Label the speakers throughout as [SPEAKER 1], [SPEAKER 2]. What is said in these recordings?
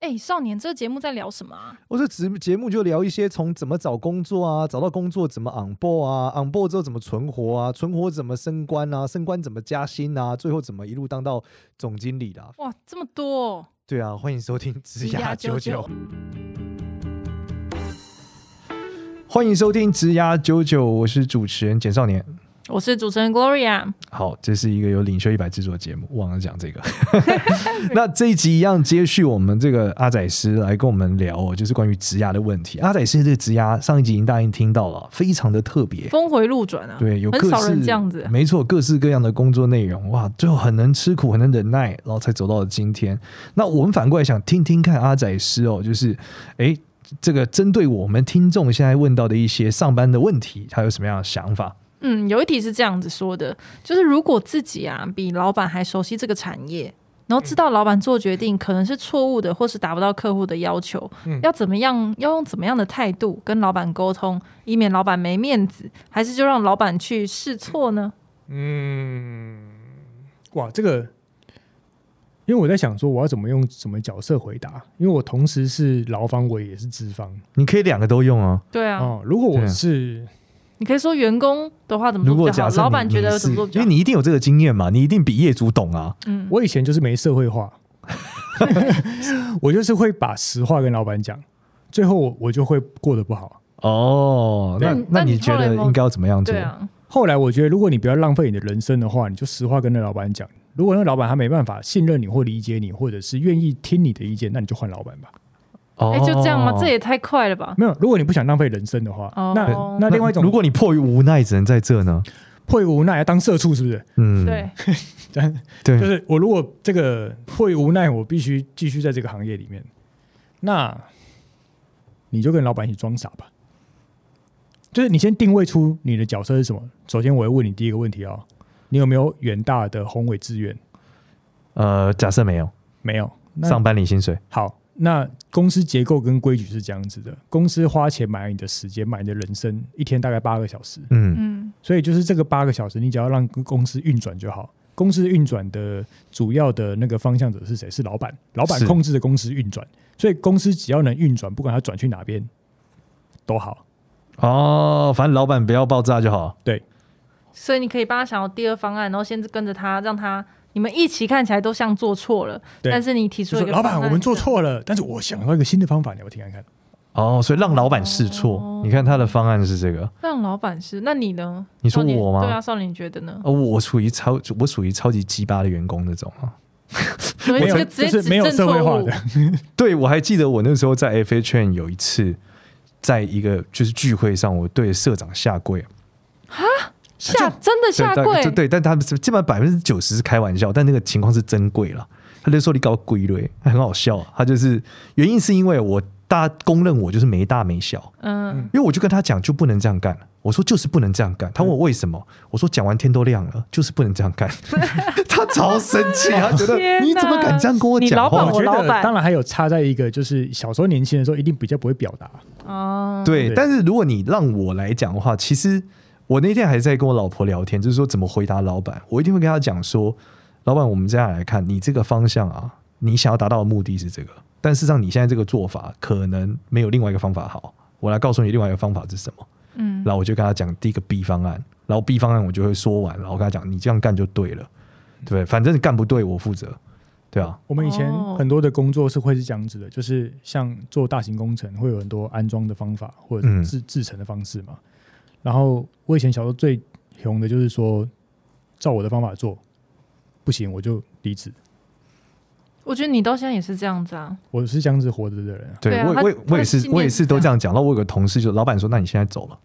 [SPEAKER 1] 哎、少年，这个节目在聊什么啊？
[SPEAKER 2] 我这节节目就聊一些从怎么找工作啊，找到工作怎么 on board 啊，on board 之后怎么存活啊，存活怎么升官啊，升官怎么加薪啊，最后怎么一路当到总经理啦。
[SPEAKER 1] 哇，这么多、哦！
[SPEAKER 2] 对啊，欢迎收听《职涯九九》，欢迎收听《职涯九九》，我是主持人简少年。
[SPEAKER 1] 我是主持人 Gloria，
[SPEAKER 2] 好，这是一个由领袖一百制作的节目，忘了 讲这个。 那这一集一样接续我们这个阿仔师来跟我们聊、哦，就是关于植牙的问题。阿仔师这个植牙，上一集已经大家已经听到了，非常的特别。
[SPEAKER 1] 峰回路转啊，
[SPEAKER 2] 对，有各
[SPEAKER 1] 很
[SPEAKER 2] 式嗯
[SPEAKER 1] 少人这样子。
[SPEAKER 2] 没错，各式各样的工作内容，哇，最后很能吃苦，很能忍耐，然后才走到了今天。那我们反过来想听听看阿仔师哦，就是诶，这个针对我们听众现在问到的一些上班的问题，他有什么样的想法？
[SPEAKER 1] 嗯，有一题是这样子说的，就是如果自己啊比老板还熟悉这个产业，然后知道老板做决定可能是错误的，或是达不到客户的要求，
[SPEAKER 2] 嗯
[SPEAKER 1] 要怎么样，要用怎么样的态度跟老板沟通，以免老板没面子，还是就让老板去试错呢？
[SPEAKER 3] 嗯，哇，这个，因为我在想说我要怎么用什么角色回答，因为我同时是劳方，我也是资方
[SPEAKER 2] 你可以两个都用哦。
[SPEAKER 1] 对啊，
[SPEAKER 3] 哦。如果
[SPEAKER 2] 对
[SPEAKER 3] 我
[SPEAKER 2] 啊
[SPEAKER 3] 是
[SPEAKER 1] 你可以说员工的话怎么
[SPEAKER 2] 如
[SPEAKER 1] 做
[SPEAKER 2] 果
[SPEAKER 1] 比较
[SPEAKER 2] 假
[SPEAKER 1] 好，
[SPEAKER 2] 设嗯
[SPEAKER 1] 老板觉得怎么做比
[SPEAKER 2] 因
[SPEAKER 1] 较
[SPEAKER 2] 为
[SPEAKER 1] 好。
[SPEAKER 2] 你一定有这个经验嘛，你一定比业主懂啊。
[SPEAKER 1] 嗯，
[SPEAKER 3] 我以前就是没社 会化，我就是会把实话跟老板讲，最后我我就会过得不好。
[SPEAKER 2] 哦，那
[SPEAKER 1] 对那
[SPEAKER 2] 那你
[SPEAKER 1] 你
[SPEAKER 2] 觉
[SPEAKER 1] 后来
[SPEAKER 2] 得
[SPEAKER 1] 有没有
[SPEAKER 2] 应该要怎么样做
[SPEAKER 1] 对？啊，
[SPEAKER 3] 后来我觉得，如果你不要浪费你的人生的话，你就实话跟那老板讲。如果那老板他没办法信任你或理解你，或者是愿意听你的意见，那你就换老板吧。
[SPEAKER 2] 哦
[SPEAKER 1] 哎，就这样吗？这也太快了吧！
[SPEAKER 3] 没有，如果你不想浪费人生的话，
[SPEAKER 1] 哦
[SPEAKER 3] 那那另外一种
[SPEAKER 2] 如果你迫于无奈只能在这呢？
[SPEAKER 3] 会无奈啊当社畜是不是？
[SPEAKER 2] 嗯，
[SPEAKER 1] 对，
[SPEAKER 2] 对，
[SPEAKER 3] 就是 我如果这个会无奈，我必须继续在这个行业里面，那你就跟老板一起装傻吧。就是你先定位出你的角色是什么。首先，我会问你第一个问题哦，你有没有远大的宏伟志愿？
[SPEAKER 2] 呃，假设没有
[SPEAKER 3] 没有。那
[SPEAKER 2] 上班领薪水，
[SPEAKER 3] 好，那公司结构跟规矩是这样子的：公司花钱买你的时间，买你的人生，一天大概八个小时。
[SPEAKER 2] 嗯，
[SPEAKER 1] 嗯，
[SPEAKER 3] 所以就是这个八个小时，你只要让公司运转就好。公司运转的主要的那个方向者是谁？是老板，老板
[SPEAKER 2] 是
[SPEAKER 3] 控制的公司运转。所以公司只要能运转，不管它转去哪边都好。
[SPEAKER 2] 哦，反正老板不要爆炸就好。
[SPEAKER 1] 所以你可以帮他想好第二方案，然后先跟着他，让他你们一起看起来都像做错了，
[SPEAKER 3] 对
[SPEAKER 1] 但是你提
[SPEAKER 3] 就
[SPEAKER 1] 出一
[SPEAKER 3] 说
[SPEAKER 1] 个
[SPEAKER 3] 老板，
[SPEAKER 1] 方案
[SPEAKER 3] 我们做错了，但是我想到一个新的方法，你要不要听看看？
[SPEAKER 2] 哦，所以让老板试错。
[SPEAKER 1] 哦
[SPEAKER 2] 你看他的方案是这个，
[SPEAKER 1] 让老板是，那你呢？
[SPEAKER 2] 你说
[SPEAKER 1] 少年
[SPEAKER 2] 我吗
[SPEAKER 1] 对啊，少年你觉得呢？
[SPEAKER 2] 哦，我属于超，我属于超级鸡巴的员工那种啊。
[SPEAKER 1] 所以
[SPEAKER 3] 没
[SPEAKER 1] 这
[SPEAKER 3] 有，
[SPEAKER 1] 个直接
[SPEAKER 3] 就是没有
[SPEAKER 1] 指正
[SPEAKER 3] 社会化
[SPEAKER 1] 错误
[SPEAKER 3] 的。
[SPEAKER 2] 对，我还记得我那时候在 FA 圈有一次，在一个就是聚会上，我对社长下跪。啊
[SPEAKER 1] 下真的下
[SPEAKER 2] 对，
[SPEAKER 1] 跪
[SPEAKER 2] 但，对对，但他们是基本上百分之九十是开玩笑，但那个情况是真贵了。他就说你搞鬼嘞，很好笑、啊。他就是原因是因为我大家公认我就是没大没小，
[SPEAKER 1] 嗯，
[SPEAKER 2] 因为我就跟他讲就不能这样干，我说就是不能这样干。他问我为什么，我说讲完天都亮了，就是不能这样干。 他超生气，他觉得
[SPEAKER 1] 天哪
[SPEAKER 2] 你怎么敢这样跟我
[SPEAKER 1] 你
[SPEAKER 2] 讲
[SPEAKER 1] 老板
[SPEAKER 2] 话
[SPEAKER 1] 我？
[SPEAKER 3] 觉
[SPEAKER 1] 老
[SPEAKER 3] 得
[SPEAKER 1] 板
[SPEAKER 3] 当然还有差在一个，就是小时候年轻的时候一定比较不会表达。
[SPEAKER 1] 哦，
[SPEAKER 2] 对，
[SPEAKER 3] 嗯对
[SPEAKER 2] 但是如果你让我来讲的话，其实我那天还在跟我老婆聊天，就是说怎么回答老板，我一定会跟他讲说，老板，我们接下来看你这个方向啊，你想要达到的目的是这个，但事实上你现在这个做法可能没有另外一个方法好，我来告诉你另外一个方法是什么。
[SPEAKER 1] 嗯，
[SPEAKER 2] 然后我就跟他讲第一个 B 方案，然后 B 方案我就会说完，然后跟他讲你这样干就对了，对不对，反正干不对我负责，对啊，
[SPEAKER 3] 我们以前
[SPEAKER 1] 哦
[SPEAKER 3] 很多的工作是会是这样子的，就是像做大型工程会有很多安装的方法或者
[SPEAKER 2] 嗯
[SPEAKER 3] 是制制成的方式嘛。然后我以前小时候最穷的就是说，照我的方法做，不行我就离职。
[SPEAKER 1] 我觉得你到现在也是这样子啊，
[SPEAKER 3] 我是这样子活着的人啊，
[SPEAKER 2] 对
[SPEAKER 1] 对啊
[SPEAKER 2] 我
[SPEAKER 1] 他
[SPEAKER 2] 我也我也
[SPEAKER 1] 他的
[SPEAKER 2] 是
[SPEAKER 1] 信
[SPEAKER 2] 我也
[SPEAKER 1] 念
[SPEAKER 2] 是
[SPEAKER 1] 是
[SPEAKER 2] 都
[SPEAKER 1] 这
[SPEAKER 2] 这样讲。然后我有个同事就老板说：“那你现在走 了。”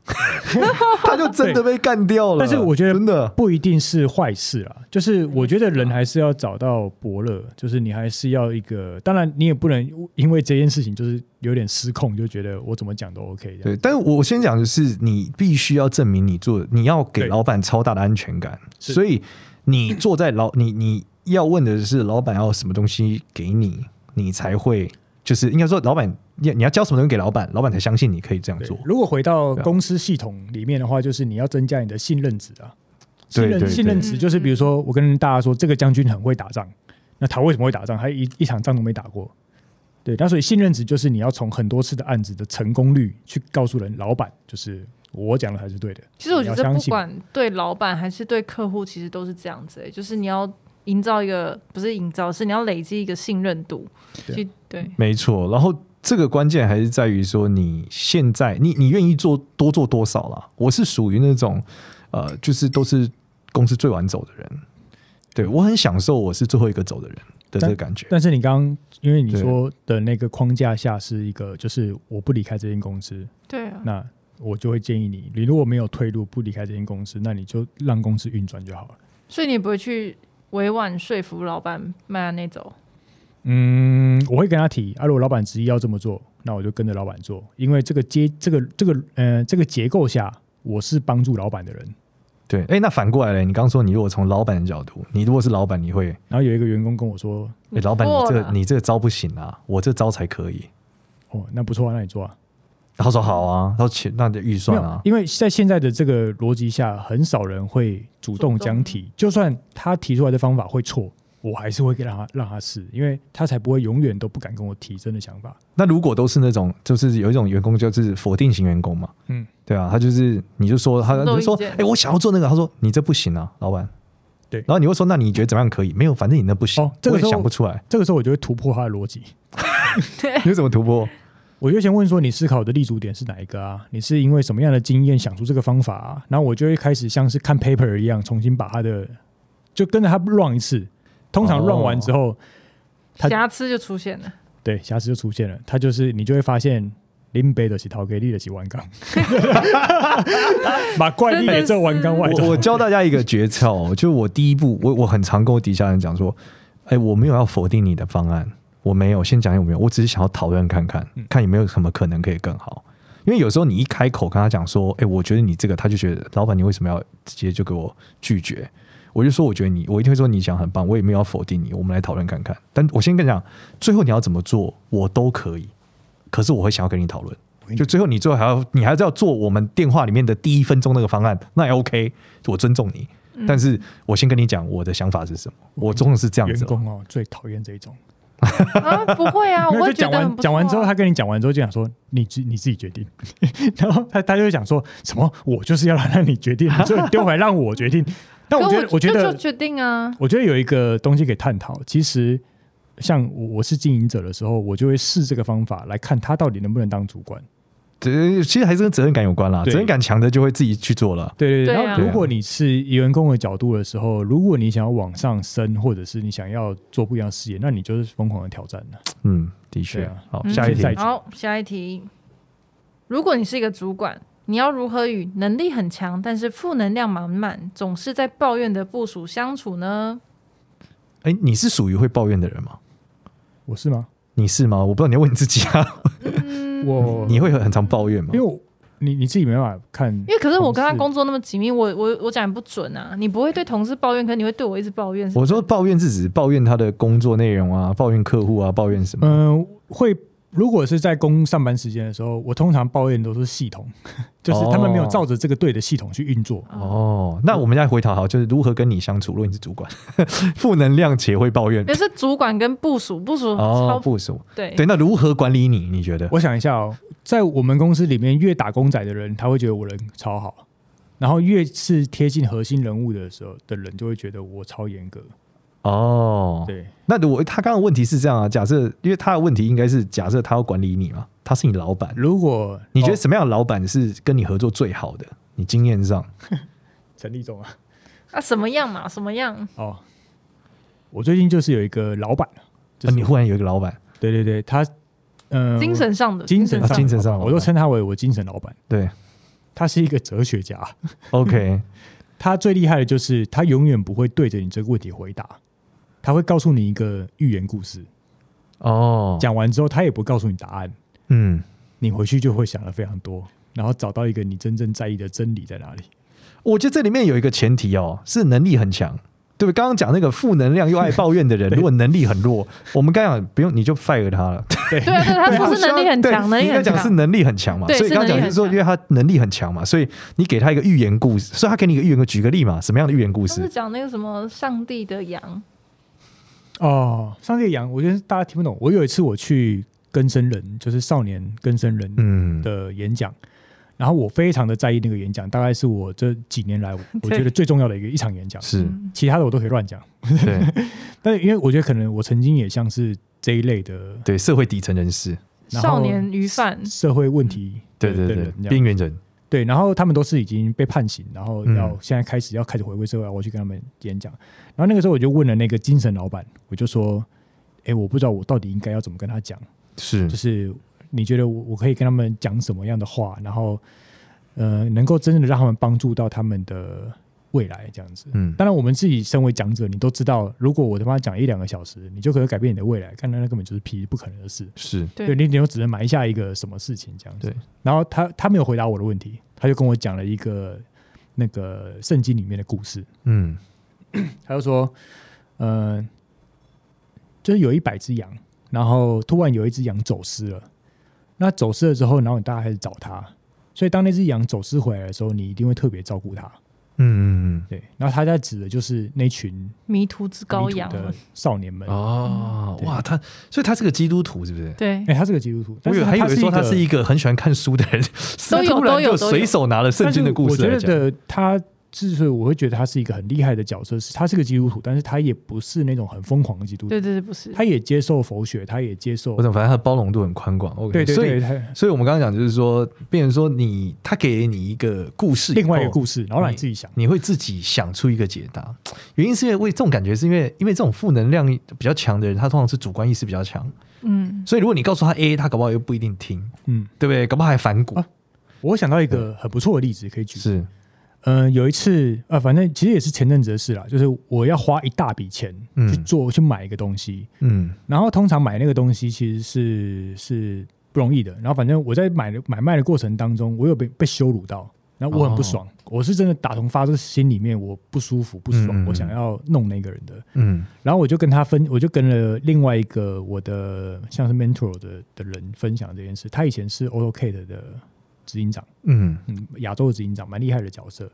[SPEAKER 2] 他就真的被干掉了。
[SPEAKER 3] 但是我觉得
[SPEAKER 2] 真的
[SPEAKER 3] 不一定是坏事啦。就是我觉得人还是要找到伯乐，就是你还是要一个，当然你也不能因为这件事情就是有点失控，就觉得我怎么讲都 OK 这
[SPEAKER 2] 对，
[SPEAKER 3] 样。
[SPEAKER 2] 但是我先讲就是你必须要证明你做，你要给
[SPEAKER 3] 对
[SPEAKER 2] 老板超大的安全感，
[SPEAKER 3] 是
[SPEAKER 2] 所以你坐在老你你要问的是老板要什么东西给你，你才会就是应该说老板你你要交什么东西给老板，老板才相信你可以这样
[SPEAKER 3] 对
[SPEAKER 2] 做。
[SPEAKER 3] 如果回到
[SPEAKER 2] 对啊
[SPEAKER 3] 公司系统里面的话，就是你要增加你的信任值啊。信
[SPEAKER 2] 对对
[SPEAKER 3] 任
[SPEAKER 2] 对
[SPEAKER 3] 信任值就是，比如说我跟大家说这个将军很会打仗，那他为什么会打仗？他一一场仗都没打过。对，那所以信任值就是你要从很多次的案子的成功率去告诉人，老板就是我讲的才是对的。
[SPEAKER 1] 其实我
[SPEAKER 3] 你
[SPEAKER 1] 觉
[SPEAKER 3] 要
[SPEAKER 1] 得
[SPEAKER 3] 相
[SPEAKER 1] 不
[SPEAKER 3] 信
[SPEAKER 1] 管对老板还是对客户，其实都是这样子、欸，就是你要营造一个不是营造，是你要累积一个信任度。
[SPEAKER 3] 对
[SPEAKER 1] 去对，
[SPEAKER 2] 没错，然后这个关键还是在于说，你现在你你愿意做多做多少啦？我是属于那种呃，就是都是公司最晚走的人，对我很享受我是最后一个走的人的这个感觉。
[SPEAKER 3] 但是你刚刚因为你说的那个框架下是一个，就是我不离开这间公司，
[SPEAKER 1] 对啊，
[SPEAKER 3] 那我就会建议你，你如果没有退路不离开这间公司，那你就让公司运转就好了。
[SPEAKER 1] 所以你也不会去委婉说服老板卖安内走。
[SPEAKER 3] 嗯，我会跟他提，啊，如果老板执意要这么做，那我就跟着老板做，因为这个接这个这个呃这个结构下，我是帮助老板的人。
[SPEAKER 2] 对，哎，那反过来嘞，你刚说你如果从老板的角度，你如果是老板，你会，
[SPEAKER 3] 然后有一个员工跟我说，
[SPEAKER 2] 哎，老板你
[SPEAKER 1] 错
[SPEAKER 2] 这
[SPEAKER 1] 了
[SPEAKER 2] 个你这个招不行啊，我这招才可以。
[SPEAKER 3] 哦，那不错啊，那你做啊。
[SPEAKER 2] 然后说好啊，然后钱那得预
[SPEAKER 3] 没
[SPEAKER 2] 算
[SPEAKER 3] 有，
[SPEAKER 2] 啊，
[SPEAKER 3] 因为在现在的这个逻辑下，很少人会主动将提，就算他提出来的方法会错，我还是会给他让他试，因为他才不会永远都不敢跟我提真的想法。
[SPEAKER 2] 那如果都是那种，就是有一种员工就是否定型员工嘛，
[SPEAKER 3] 嗯
[SPEAKER 2] 嗯，对啊，他就是你就说他
[SPEAKER 1] 什么
[SPEAKER 2] 你
[SPEAKER 1] 都
[SPEAKER 2] 就说
[SPEAKER 1] 意，见
[SPEAKER 2] 哎、我想要做那个，他说你这不行啊，老板。
[SPEAKER 3] 对
[SPEAKER 2] 然后你会说，那你觉得怎么样可以？没有，反正你那不行，
[SPEAKER 3] 哦这个
[SPEAKER 2] 我也
[SPEAKER 3] 时候
[SPEAKER 2] 想不出来，
[SPEAKER 3] 这个时候我就会突破他的逻辑，
[SPEAKER 1] 对，
[SPEAKER 2] 你怎么突破？
[SPEAKER 3] 我就先问说你思考的立足点是哪一个啊？你是因为什么样的经验想出这个方法啊？然后我就会开始像是看 paper 一样，重新把他的就跟着他 run 一次，通常
[SPEAKER 2] 哦
[SPEAKER 3] run 完之后，他
[SPEAKER 1] 瑕疵就出现了。
[SPEAKER 3] 对，瑕疵就出现了。他就是你就会发现，林北的是陶给力的是 弯钢， 把怪力也这弯钢外
[SPEAKER 2] 我
[SPEAKER 3] 头。
[SPEAKER 2] 我教大家一个诀窍哦，就我第一步，我我很常跟我底下人讲说，哎、我没有要否定你的方案，我没有，先讲有没有，我只是想要讨论看看，看有没有什么可能可以更好。因为有时候你一开口跟他讲说，哎、我觉得你这个，他就觉得老板你为什么要直接就给我拒绝？我就说，我觉得你，我一定会说你想很棒，我也没有要否定你，我们来讨论看看。但我先跟你讲，最后你要怎么做，我都可以，可是我会想要跟你讨论。就最后你最后还要你还是要做我们电话里面的第一分钟那个方案，那也 OK，我尊重你。但是我先跟你讲我的想法是什么，我真的是这样子
[SPEAKER 3] 员
[SPEAKER 2] 哦。
[SPEAKER 3] 工哦，最讨厌这一种。
[SPEAKER 1] 啊，不会啊， 我
[SPEAKER 3] 没有，
[SPEAKER 1] 会
[SPEAKER 3] 就
[SPEAKER 1] 觉
[SPEAKER 3] 讲
[SPEAKER 1] 得很
[SPEAKER 3] 完
[SPEAKER 1] 不错啊
[SPEAKER 3] 讲完之后，他跟你讲完之后就想说，你自你自己决定。 然后他他就会想说什么，我就是要让你决定， 你就丢回来让我决定。但
[SPEAKER 1] 可
[SPEAKER 3] 我觉得，我觉
[SPEAKER 1] 就
[SPEAKER 3] 得
[SPEAKER 1] 就决定啊，
[SPEAKER 3] 我觉得有一个东西可以探讨。其实，像我我是经营者的时候，我就会试这个方法来看他到底能不能当主管。
[SPEAKER 2] 这其实还是跟责任感有关啦，
[SPEAKER 3] 对
[SPEAKER 2] 责任感强的就会自己去做了。
[SPEAKER 3] 对对
[SPEAKER 1] 对
[SPEAKER 3] 对，
[SPEAKER 1] 啊
[SPEAKER 3] 然后如果你是以员工的角度的时候，如果你想要往上升，或者是你想要做不一样的事业，那你就是疯狂的挑战了。啊
[SPEAKER 2] 嗯，的
[SPEAKER 3] 对
[SPEAKER 2] 确
[SPEAKER 3] 啊。
[SPEAKER 2] 好，
[SPEAKER 1] 嗯
[SPEAKER 2] 下一题
[SPEAKER 3] 现在
[SPEAKER 1] 好，下一题。如果你是一个主管，你要如何与能力很强但是负能量满满、总是在抱怨的部署相处呢？
[SPEAKER 2] 哎，你是属于会抱怨的人吗？
[SPEAKER 3] 我是吗？
[SPEAKER 2] 你是吗？我不知道，你要问你自己啊。
[SPEAKER 3] 嗯
[SPEAKER 1] 嗯
[SPEAKER 3] 我
[SPEAKER 2] 你会很常抱怨
[SPEAKER 1] 哦
[SPEAKER 2] 吗
[SPEAKER 3] 因为？我你你自己没办法看，因
[SPEAKER 1] 因为可是我跟他工作那么紧密，我我我讲也不准啊。你不会对同事抱怨，可你会对我一直抱怨。
[SPEAKER 2] 我说抱怨是指抱怨他的工作内容啊，抱怨客户啊，抱怨什么？
[SPEAKER 3] 嗯、会如果是在公上班时间的时候，我通常抱怨都是系统， 就是他们没有照着这个对的系统去运作。
[SPEAKER 2] 哦，那我们再回头好，就是如何跟你相处。如果你是主管， 负能量且会抱怨
[SPEAKER 1] 也，是主管跟部署，部署超、
[SPEAKER 2] 哦，部署
[SPEAKER 1] 对
[SPEAKER 2] 对，那如何管理你？你觉得？
[SPEAKER 3] 我想一下哦，在我们公司里面，越打工仔的人，他会觉得我人超好。然后越是贴近核心人物的时候的人，就会觉得我超严格。
[SPEAKER 2] 哦，
[SPEAKER 3] 对，
[SPEAKER 2] 那如果他刚刚的问题是这样啊，假设因为他的问题应该是假设他要管理你嘛，他是你老板，
[SPEAKER 3] 如果
[SPEAKER 2] 你觉得
[SPEAKER 3] 哦
[SPEAKER 2] 什么样的老板是跟你合作最好的？你经验上，
[SPEAKER 3] 陈立忠啊？
[SPEAKER 1] 啊，什么样嘛，什么样？
[SPEAKER 3] 哦，我最近就是有一个老板，就
[SPEAKER 2] 啊
[SPEAKER 3] 是、
[SPEAKER 2] 你忽然有一个老板，
[SPEAKER 3] 对对对，他嗯、呃
[SPEAKER 1] 精神上的，
[SPEAKER 3] 精神
[SPEAKER 2] 啊
[SPEAKER 3] 上
[SPEAKER 2] 精神
[SPEAKER 3] 的
[SPEAKER 2] 上
[SPEAKER 3] 老板
[SPEAKER 2] 的
[SPEAKER 3] 我都
[SPEAKER 2] 老板
[SPEAKER 3] 称他为我精神老板。
[SPEAKER 2] 对
[SPEAKER 3] 他是一个哲学家，
[SPEAKER 2] ，OK，
[SPEAKER 3] 他最厉害的就是他永远不会对着你这个问题回答，他会告诉你一个寓言故事，
[SPEAKER 2] 哦，
[SPEAKER 3] 讲完之后他也不告诉你答案，
[SPEAKER 2] 嗯，
[SPEAKER 3] 你回去就会想的非常多，然后找到一个你真正在意的真理在哪里。
[SPEAKER 2] 我觉得这里面有一个前提哦，是能力很强。对不对？刚刚讲那个负能量又爱抱怨 的人，如果能力很弱，我们刚讲不用你就 fire 他了。
[SPEAKER 1] 对啊，对啊，他说是能力很强，
[SPEAKER 2] 对
[SPEAKER 1] 能力
[SPEAKER 2] 你应该
[SPEAKER 1] 很
[SPEAKER 2] 讲是
[SPEAKER 1] 强。
[SPEAKER 2] 能力很强嘛，
[SPEAKER 1] 对
[SPEAKER 2] 所以
[SPEAKER 1] 是
[SPEAKER 2] 刚刚
[SPEAKER 1] 能
[SPEAKER 2] 讲
[SPEAKER 1] 力
[SPEAKER 2] 就
[SPEAKER 1] 很
[SPEAKER 2] 是说，
[SPEAKER 1] 强
[SPEAKER 2] 因为他能力很强嘛，所以你给他一个寓言故事，所以他给你一个寓言故事，举个例嘛，什么样的寓言故
[SPEAKER 1] 他是
[SPEAKER 2] 事？
[SPEAKER 1] 讲那个什么上帝的羊，
[SPEAKER 3] 哦，上帝的羊，我觉得大家听不懂。我有一次我去更生人，就是少年更生人
[SPEAKER 2] 嗯，
[SPEAKER 3] 的演讲，然后我非常的在意那个演讲，大概是我这几年来我我
[SPEAKER 1] 对
[SPEAKER 3] 觉得最重要的一个一场演讲，
[SPEAKER 2] 是，
[SPEAKER 1] 嗯
[SPEAKER 3] 其他的我都可以乱讲，
[SPEAKER 2] 对
[SPEAKER 3] 但因为我觉得可能我曾经也像是这一类的
[SPEAKER 2] 对，社会底层人士，
[SPEAKER 3] 然后
[SPEAKER 1] 少年鱼贩，
[SPEAKER 3] 社会问题
[SPEAKER 2] 对嗯
[SPEAKER 3] 的
[SPEAKER 2] 对
[SPEAKER 3] 的
[SPEAKER 2] 对
[SPEAKER 3] 人这，样
[SPEAKER 2] 边缘人，
[SPEAKER 3] 对，然后他们都是已经被判刑，然后要、
[SPEAKER 2] 嗯
[SPEAKER 3] 现在开始要开始回归社会，我去跟他们演讲。然后那个时候我就问了那个精神老板，我就说：“哎，我不知道我到底应该要怎么跟他讲，
[SPEAKER 2] 是
[SPEAKER 3] 就是你觉得我我可以跟他们讲什么样的话，然后呃，能够真正的让他们帮助到他们的未来这样子。”
[SPEAKER 2] 嗯，
[SPEAKER 3] 当然，我们自己身为讲者，你都知道，如果我他妈讲一两个小时，你就可以改变你的未来，看来那根本就是屁不可能的事。
[SPEAKER 2] 是
[SPEAKER 1] 对
[SPEAKER 3] 对你，你就只能埋下一个什么事情这样子。
[SPEAKER 2] 对，
[SPEAKER 3] 然后他他没有回答我的问题，他就跟我讲了一个那个圣经里面的故事，
[SPEAKER 2] 嗯
[SPEAKER 3] 他就说，呃，就是有一百只羊，然后突然有一只羊走失了，那走失了之后，然后你大家开始找它，所以当那只羊走失回来的时候，你一定会特别照顾它。
[SPEAKER 2] 嗯嗯
[SPEAKER 3] 对，然后他在指的就是那群
[SPEAKER 1] 迷途之羔
[SPEAKER 3] 迷
[SPEAKER 1] 羊
[SPEAKER 3] 途，的少年们
[SPEAKER 2] 嗯，。哦，
[SPEAKER 3] 对
[SPEAKER 2] 哇，他所以他是个基督徒是不是？
[SPEAKER 1] 对
[SPEAKER 3] 哎、，他是个基督徒，
[SPEAKER 2] 我
[SPEAKER 3] 但
[SPEAKER 2] 以
[SPEAKER 3] 是
[SPEAKER 2] 为还以为说他是
[SPEAKER 3] 一
[SPEAKER 2] 一个很喜欢看书的 人，啊
[SPEAKER 1] 都有
[SPEAKER 2] 突然
[SPEAKER 1] 都有
[SPEAKER 2] 就
[SPEAKER 1] 都有
[SPEAKER 2] 随手拿了圣经的故事来
[SPEAKER 3] 但是我
[SPEAKER 2] 讲，
[SPEAKER 3] 觉得他之所以我会觉得他是一个很厉害的角色，是他是个基督徒，但是他也不是那种很疯狂的基督徒，
[SPEAKER 1] 对对对，不是，
[SPEAKER 3] 他也接受佛学，他也接受
[SPEAKER 2] 我，怎么反正他的包容度很宽广。OK，
[SPEAKER 3] 对对
[SPEAKER 2] 所以
[SPEAKER 3] 对，他
[SPEAKER 2] 所以我们刚刚讲就是说，变成说你他给你一个故事，
[SPEAKER 3] 另外一
[SPEAKER 2] 事，
[SPEAKER 3] 个故事，然后让你自己想，
[SPEAKER 2] 你会自己想出一个解答。原因是因为为这种感觉，是因为因为这种负能量比较强的人，他通常是主观意识比较强，
[SPEAKER 1] 嗯，
[SPEAKER 2] 所以如果你告诉他 A，他搞不好又不一定听，
[SPEAKER 3] 嗯，
[SPEAKER 2] 对不对？搞不好还反骨。
[SPEAKER 3] 啊我想到一个很不错的例子可以举，
[SPEAKER 2] 是，
[SPEAKER 3] 嗯、有一次，呃，反正其实也是前阵子的事啦，就是我要花一大笔钱
[SPEAKER 2] 嗯
[SPEAKER 3] 去做、去买一个东西，
[SPEAKER 2] 嗯
[SPEAKER 3] 然后通常买那个东西其实是是不容易的。然后反正我在买的买卖的过程当中，我有被被羞辱到，然后我很不爽，我是真的打从发自心里面我不舒服不爽，
[SPEAKER 2] 嗯嗯嗯
[SPEAKER 3] 我想要弄那个人的。
[SPEAKER 2] 嗯
[SPEAKER 3] 然后我就跟他分，我就跟了另外一个我的像是 mentor 的的人分享这件事。他以前是 AutoCAD 的执行长，
[SPEAKER 2] 嗯，
[SPEAKER 3] 嗯，亚洲的执行长，蛮厉害的角色。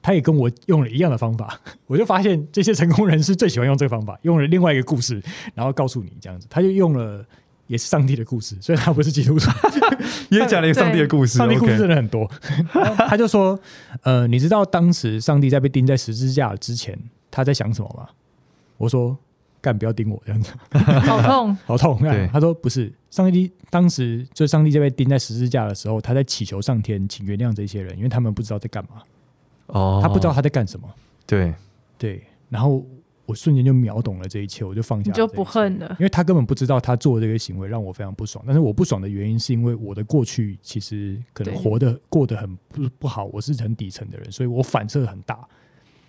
[SPEAKER 3] 他也跟我用了一样的方法， 我就发现这些成功人士最喜欢用这个方法，用了另外一个故事，然后告诉你这样子。他就用了也是上帝的故事， 虽然他不是基督徒，
[SPEAKER 2] 也讲了一个上帝的故事，
[SPEAKER 3] 上帝故事
[SPEAKER 2] OK
[SPEAKER 3] 真的很多。然后他就说，呃，你知道当时上帝在被钉在十字架之前，他在想什么吗？我说，干，不要钉我这样子。
[SPEAKER 1] 好 痛，
[SPEAKER 3] 好痛！啊
[SPEAKER 2] 对
[SPEAKER 3] 他说不是，上帝当时就上帝在被钉在十字架的时候，他在祈求上天，请原谅这些人，因为他们不知道在干嘛，
[SPEAKER 2] 哦，
[SPEAKER 3] 他不知道他在干什么。
[SPEAKER 2] 对，
[SPEAKER 3] 对，然后我瞬间就秒懂了这一切，我就放下，
[SPEAKER 1] 你就不，恨了，
[SPEAKER 3] 因为他根本不知道他做这个行为让我非常不爽。但是我不爽的原因是因为我的过去其实可能
[SPEAKER 1] 对
[SPEAKER 3] 活得过得很不不好，我是很底层的人，所以我反射很大。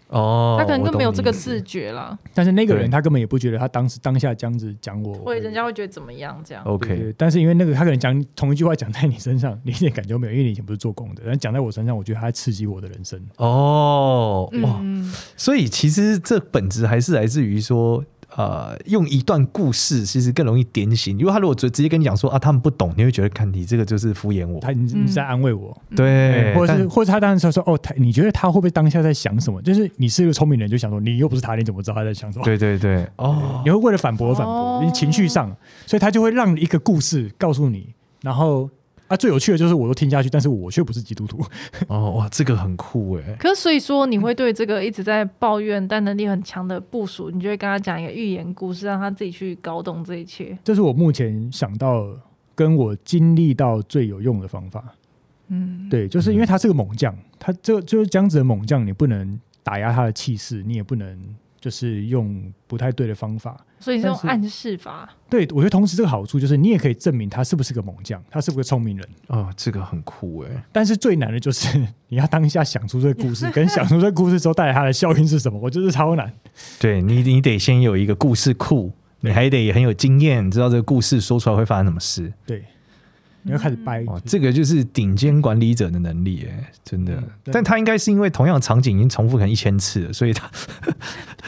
[SPEAKER 2] 哦，
[SPEAKER 1] 他可能
[SPEAKER 2] 我
[SPEAKER 1] 更没有
[SPEAKER 2] 懂
[SPEAKER 1] 这个
[SPEAKER 2] 你意思
[SPEAKER 1] 自觉啦，
[SPEAKER 3] 但是那个
[SPEAKER 2] 对
[SPEAKER 3] 人他根本也不觉得他当时当下这样子讲我，
[SPEAKER 1] 或者人家会觉得怎么样这样，
[SPEAKER 3] 啊对对，
[SPEAKER 2] OK，
[SPEAKER 3] 但是因为那个他可能讲同一句话讲在你身上，你一点感觉都没有，因为你以前不是做工的，但讲在我身上，我觉得他在刺激我的人生。
[SPEAKER 2] 哦，哇，
[SPEAKER 1] 嗯，
[SPEAKER 2] 所以其实这本质还是来自于说，呃，用一段故事其实更容易点醒。因为他如果直直接跟你讲说啊，他们不懂，你会觉得看你这个就是敷衍我，
[SPEAKER 3] 他你
[SPEAKER 1] 嗯
[SPEAKER 3] 你是在安慰我，
[SPEAKER 2] 对，
[SPEAKER 3] 嗯或者
[SPEAKER 2] 哎但
[SPEAKER 3] 是或者他当时说哦，他你觉得他会不会当下在想什么？就是你是一个聪明人，就想说你又不是他，你怎么知道他在想什么？
[SPEAKER 2] 对对对，哦
[SPEAKER 3] 你，会为了反驳而反
[SPEAKER 1] 哦
[SPEAKER 3] 驳，你情绪上，所以他就会让一个故事告诉你，然后啊，最有趣的就是我都听下去，但是我却不是基督徒，
[SPEAKER 2] 哦，哇，这个很酷哎，
[SPEAKER 1] 可是所以说，你会对这个一直在抱怨但能力很强的部署，你就会跟他讲一个寓言故事，让他自己去搞懂这一切。
[SPEAKER 3] 这是我目前想到跟我经历到最有用的方法。
[SPEAKER 1] 嗯，
[SPEAKER 3] 对，就是因为他是个猛将，他这就是这样子的猛将，你不能打压他的气势，你也不能就是用不太对的方法。
[SPEAKER 1] 所以是用
[SPEAKER 3] 但是
[SPEAKER 1] 暗示法，
[SPEAKER 3] 对，我觉得同时这个好处就是，你也可以证明他是不是个猛将，他是不是个聪明人。
[SPEAKER 2] 哦，这个很酷哎，
[SPEAKER 3] 但是最难的就是 你要当下想出这个故事，跟想出这个故事之后带来它的效应是什么，我觉得超难。
[SPEAKER 2] 对你，你得先有一个故事库，你
[SPEAKER 3] 对
[SPEAKER 2] 还得很有经验，知道这个故事说出来会发生什么事。
[SPEAKER 3] 对，你要开始掰。
[SPEAKER 2] 哇，
[SPEAKER 3] 就是
[SPEAKER 2] 这个就是顶尖管理者的能力哎，真的
[SPEAKER 3] 嗯。对
[SPEAKER 2] 但他应该是因为同样的场景已经重复可能一千次了，所以他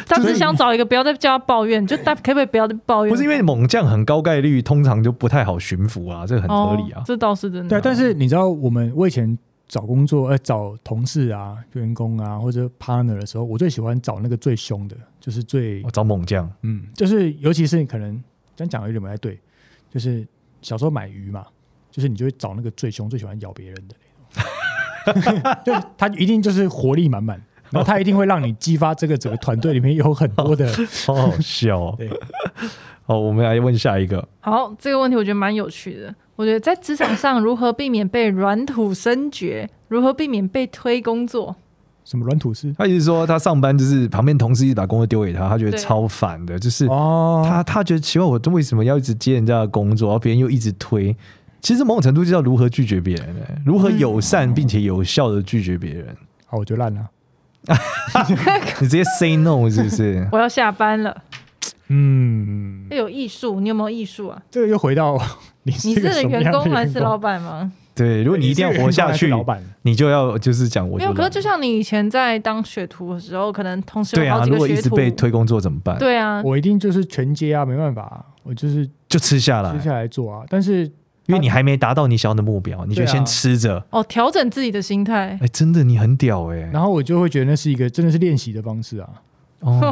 [SPEAKER 1] 他只是想找一个不要再叫他抱怨，就大可不可以不要再抱怨？
[SPEAKER 2] 不是因为猛将很高概率，通常就不太好驯服啊，这个很合理啊
[SPEAKER 1] 哦。这倒是真
[SPEAKER 3] 对啊
[SPEAKER 1] 的。，
[SPEAKER 3] 但是你知道，我们我以前找工作，呃，找同事啊、员工啊或者 partner 的时候，我最喜欢找那个最凶的，就是最
[SPEAKER 2] 哦 我找猛将，
[SPEAKER 3] 嗯，就是尤其是可能这样讲有点不太对，就是小时候买鱼嘛，就是你就会找那个最凶、最喜欢咬别人 的那种，就是他一定就是活力满满，然后他一定会让你激发这个整个团队里面有很多的，
[SPEAKER 2] 好好笑哦
[SPEAKER 3] 对。
[SPEAKER 2] 好，我们来问下一个。
[SPEAKER 1] 好，这个问题我觉得蛮有趣的。我觉得在职场上如何避免被软土生绝，如何避免被推工作，
[SPEAKER 3] 什么软土司
[SPEAKER 2] 他一直说他上班就是旁边同事一直把工作丢给他，他觉得
[SPEAKER 1] 对
[SPEAKER 2] 超烦的，就是
[SPEAKER 3] 哦，
[SPEAKER 2] 他他觉得奇怪，我为什么要一直接人家的工作，而别人又一直推？其实某种程度就叫如何拒绝别人、欸，如何友
[SPEAKER 1] 嗯
[SPEAKER 2] 善并且有效的拒绝别人。
[SPEAKER 3] 好我就烂了，
[SPEAKER 2] 你直接 say
[SPEAKER 1] ？
[SPEAKER 2] no 是不是
[SPEAKER 1] 我要下班了。
[SPEAKER 3] 嗯，
[SPEAKER 1] 要有艺术，你有没有艺术啊？
[SPEAKER 3] 这个又回到你
[SPEAKER 1] 你
[SPEAKER 3] 是
[SPEAKER 1] 是
[SPEAKER 3] 个什么样
[SPEAKER 1] 员
[SPEAKER 3] 的
[SPEAKER 1] 工还是
[SPEAKER 3] 员工
[SPEAKER 1] 老板吗？
[SPEAKER 2] 对，如果你一定要活下
[SPEAKER 3] 你是
[SPEAKER 2] 去
[SPEAKER 3] 员，工还是老板
[SPEAKER 2] 你就要就是讲我
[SPEAKER 1] 没
[SPEAKER 2] 就
[SPEAKER 1] 有，可是
[SPEAKER 2] 懒
[SPEAKER 1] 就像你以前在当学徒的时候，可能同时
[SPEAKER 2] 对
[SPEAKER 1] 有好
[SPEAKER 2] 啊，
[SPEAKER 1] 几
[SPEAKER 2] 如
[SPEAKER 1] 个
[SPEAKER 2] 果一
[SPEAKER 1] 学
[SPEAKER 2] 直
[SPEAKER 1] 徒，
[SPEAKER 2] 被推工作怎么办？
[SPEAKER 1] 对啊，
[SPEAKER 3] 我一定就是全接啊，没办法啊，我就是
[SPEAKER 2] 就吃下来
[SPEAKER 3] 接，下来做啊，但是
[SPEAKER 2] 因为你还没达到你想要的目标，你就
[SPEAKER 3] 对啊
[SPEAKER 2] 先吃着。
[SPEAKER 1] 哦，调整自己的心态
[SPEAKER 2] 哎、，真的你很屌哎、
[SPEAKER 3] 然后我就会觉得那是一个真的是练习的方式啊。
[SPEAKER 2] 哦，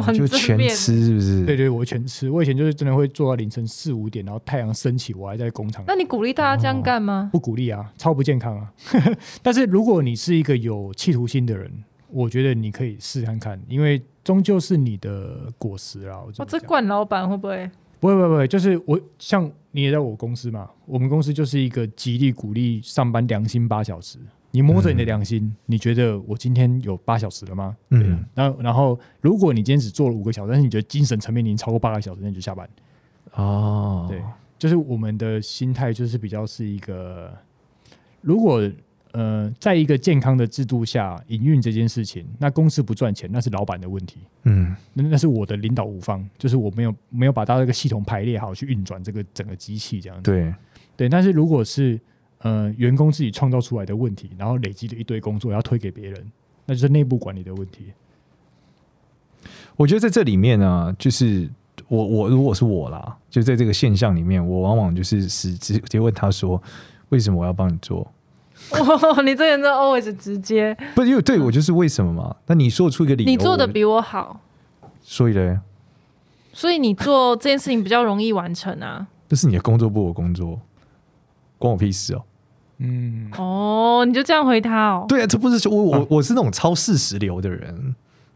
[SPEAKER 1] 很
[SPEAKER 2] 就
[SPEAKER 1] 正
[SPEAKER 2] 全
[SPEAKER 1] 面
[SPEAKER 2] 吃是不是？
[SPEAKER 3] 对对，我全吃。我以前就是真的会做到凌晨四五点，然后太阳升起，我还在工厂。
[SPEAKER 1] 那你鼓励大家这样干
[SPEAKER 2] 哦
[SPEAKER 1] 吗？
[SPEAKER 3] 不鼓励啊，超不健康啊。 但是如果你是一个有企图心的人，我觉得你可以试看看，因为终究是你的果实啦。我
[SPEAKER 1] 哇，
[SPEAKER 3] 么
[SPEAKER 1] 哦这
[SPEAKER 3] 讲
[SPEAKER 1] 冠老板会不会？
[SPEAKER 3] 不会不会不会，就是我像你也在我公司嘛，我们公司就是一个极力鼓励上班良心八小时。你摸着你的良心，你觉得我今天有八小时了吗？
[SPEAKER 2] 嗯
[SPEAKER 3] 对啊。然后然后，如果你今天只做了五个小时，但是你觉得精神层面已经超过八个小时，那你就下班。
[SPEAKER 2] 哦，
[SPEAKER 3] 对，就是我们的心态就是比较是一个，如果呃，在一个健康的制度下营运这件事情，那公司不赚钱，那是老板的问题，
[SPEAKER 2] 嗯，
[SPEAKER 3] 那那是我的领导无方，就是我没有没有把它这个系统排列好去运转这个整个机器这样子。
[SPEAKER 2] 对，
[SPEAKER 3] 对，但是如果是呃员工自己创造出来的问题，然后累积了一堆工作要推给别人，那就是内部管理的问题。
[SPEAKER 2] 我觉得在这里面呢，就是我我如果是我啦，就在这个现象里面，我往往就是直直接问他说，为什么我要帮你做？
[SPEAKER 1] 哇，你这个人真的 always 直接，
[SPEAKER 2] 不，因为对我就是为什么嘛？那你说出一个理由，
[SPEAKER 1] 你做的
[SPEAKER 2] 我
[SPEAKER 1] 比我好，
[SPEAKER 2] 所以嘞，
[SPEAKER 1] 所以你做这件事情比较容易完成啊。
[SPEAKER 2] 这是你的工作不我工作，关我屁事哦。
[SPEAKER 3] 嗯，
[SPEAKER 1] 哦，你就这样回他哦。
[SPEAKER 2] 对啊，这不是说我我
[SPEAKER 3] 啊
[SPEAKER 2] 我是那种超事实流的人，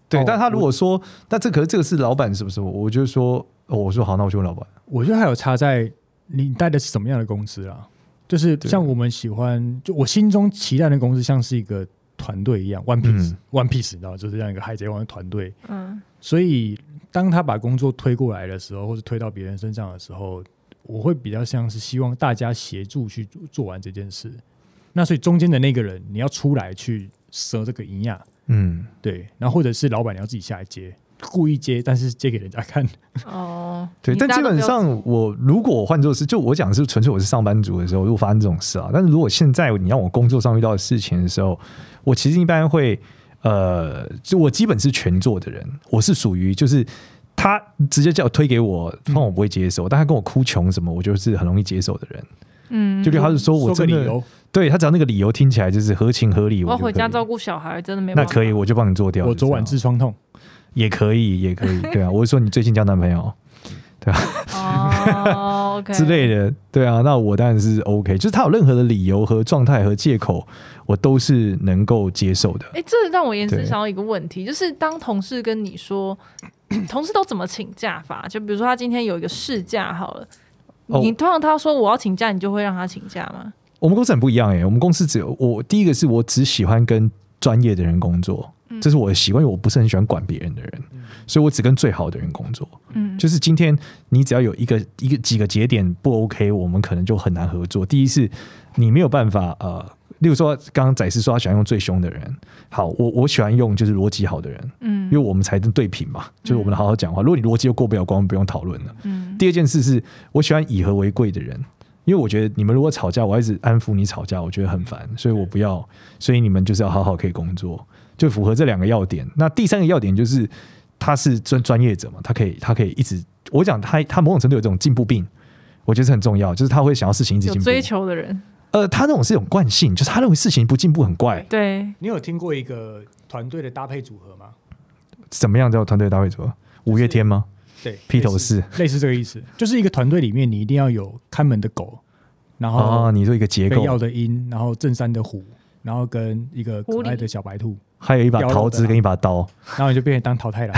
[SPEAKER 2] 对。
[SPEAKER 3] 哦
[SPEAKER 2] 但他如果说，那这可是这个是老板什么什么，我就说，哦、我说好，那我去问老板。
[SPEAKER 3] 我觉得还有差在你带的是什么样的公司啦，就是
[SPEAKER 2] 对
[SPEAKER 3] 像我们喜欢，就我心中期待的公司像是一个团队一样，One
[SPEAKER 2] 嗯
[SPEAKER 3] Piece，One、Piece，你知道，就是这样一个海贼王的团队。
[SPEAKER 1] 嗯，
[SPEAKER 3] 所以当他把工作推过来的时候，或者推到别人身上的时候，我会比较像是希望大家协助去做做完这件事。那所以中间的那个人，你要出来去蛇这个营养，
[SPEAKER 2] 嗯，
[SPEAKER 3] 对，然后或者是老板你要自己下来接，故意接，但是接给人家看。
[SPEAKER 1] 哦，
[SPEAKER 2] 对，
[SPEAKER 1] 你
[SPEAKER 2] 但
[SPEAKER 1] 大
[SPEAKER 2] 基
[SPEAKER 1] 家都
[SPEAKER 2] 本
[SPEAKER 1] 不要
[SPEAKER 2] 上我如果我换做是，就我讲是纯粹我是上班族的时候，如果发生这种事啊，但是如果现在你让我工作上遇到的事情的时候，我其实一般会，呃，就我基本是全做的人，我是属于就是他直接叫我推给
[SPEAKER 3] 嗯
[SPEAKER 2] 我，通常我不会接受，但他跟我哭穷什么，我就是很容易接受的人，
[SPEAKER 1] 嗯
[SPEAKER 2] 就，比如他是说我
[SPEAKER 3] 说个
[SPEAKER 2] 真
[SPEAKER 3] 理
[SPEAKER 2] 的，
[SPEAKER 3] 由，
[SPEAKER 2] 对他只要那个理由听起来就是合情合理，
[SPEAKER 1] 我要
[SPEAKER 2] 就
[SPEAKER 1] 哦回家
[SPEAKER 2] 可以
[SPEAKER 1] 照顾小孩，真的没
[SPEAKER 2] 那
[SPEAKER 1] 办法。
[SPEAKER 2] 可以，我就帮你做掉。
[SPEAKER 3] 我
[SPEAKER 2] 就
[SPEAKER 3] 昨
[SPEAKER 2] 这
[SPEAKER 3] 晚
[SPEAKER 2] 样
[SPEAKER 3] 痔疮痛。
[SPEAKER 2] 也可以，也可以， 对啊，我是说你最近交男朋友。
[SPEAKER 1] 哦，OK
[SPEAKER 2] 之类的，对啊，那我当然是 OK，就是他有任何的理由和状态和借口，我都是能够接受的。
[SPEAKER 1] 哎、这让我延伸
[SPEAKER 2] 对
[SPEAKER 1] 想到一个问题，就是当同事跟你说，同事都怎么请假法？就比如说他今天有一个事假好了，
[SPEAKER 2] 哦
[SPEAKER 1] 你通常他说我要请假，你就会让他请假吗？
[SPEAKER 2] 我们公司很不一样欸诶、我们公司只有我第一个是我只喜欢跟专业的人工作，
[SPEAKER 1] 嗯
[SPEAKER 2] 这是我的习惯，因为我不是很喜欢管别人的人，所以我只跟最好的人工作。
[SPEAKER 1] 嗯，
[SPEAKER 2] 就是今天你只要有一个一个几个节点不 OK，我们可能就很难合作。第一是你没有办法呃，例如说刚刚仔是说他喜欢用最凶的人，好，我我喜欢用就是逻辑好的人，
[SPEAKER 1] 嗯
[SPEAKER 2] 因为我们才能对平嘛，就是我们好好讲话。如果你逻辑又过不了关，我们不用讨论了。
[SPEAKER 1] 嗯
[SPEAKER 2] 第二件事是我喜欢以和为贵的人，因为我觉得你们如果吵架，我要一直安抚你吵架，我觉得很烦，所以我不要，所以你们就是要好好可以工作，就符合这两个要点。那第三个要点就是他是专专业者嘛，他可以他可以一直，我讲他他某种程度有这种进步病。我觉得是很重要，就是他会想要事情一直
[SPEAKER 1] 有
[SPEAKER 2] 进步。
[SPEAKER 1] 追求的人，
[SPEAKER 2] 呃，他那种是一种惯性，就是他认为事情不进步很怪。
[SPEAKER 1] 对，
[SPEAKER 3] 你有听过一个团队的搭配组合吗？
[SPEAKER 2] 怎么样叫团队搭配组合？五月天吗？
[SPEAKER 3] 对，
[SPEAKER 2] 披头士
[SPEAKER 3] 类似类似这个意思，就是一个团队里面你一定要有看门的狗，然
[SPEAKER 2] 哦，
[SPEAKER 3] 后
[SPEAKER 2] 你说一个结
[SPEAKER 3] 被要
[SPEAKER 2] 构，
[SPEAKER 3] 的鹰，然后正山的虎，然后跟一个可
[SPEAKER 1] 狐
[SPEAKER 3] 爱
[SPEAKER 1] 狸
[SPEAKER 3] 的小 白兔，
[SPEAKER 2] 还有一把
[SPEAKER 3] 雕
[SPEAKER 2] 桃
[SPEAKER 3] 的
[SPEAKER 2] 子
[SPEAKER 3] 啊
[SPEAKER 2] 跟一把刀，
[SPEAKER 3] 然后你就变成当淘汰了。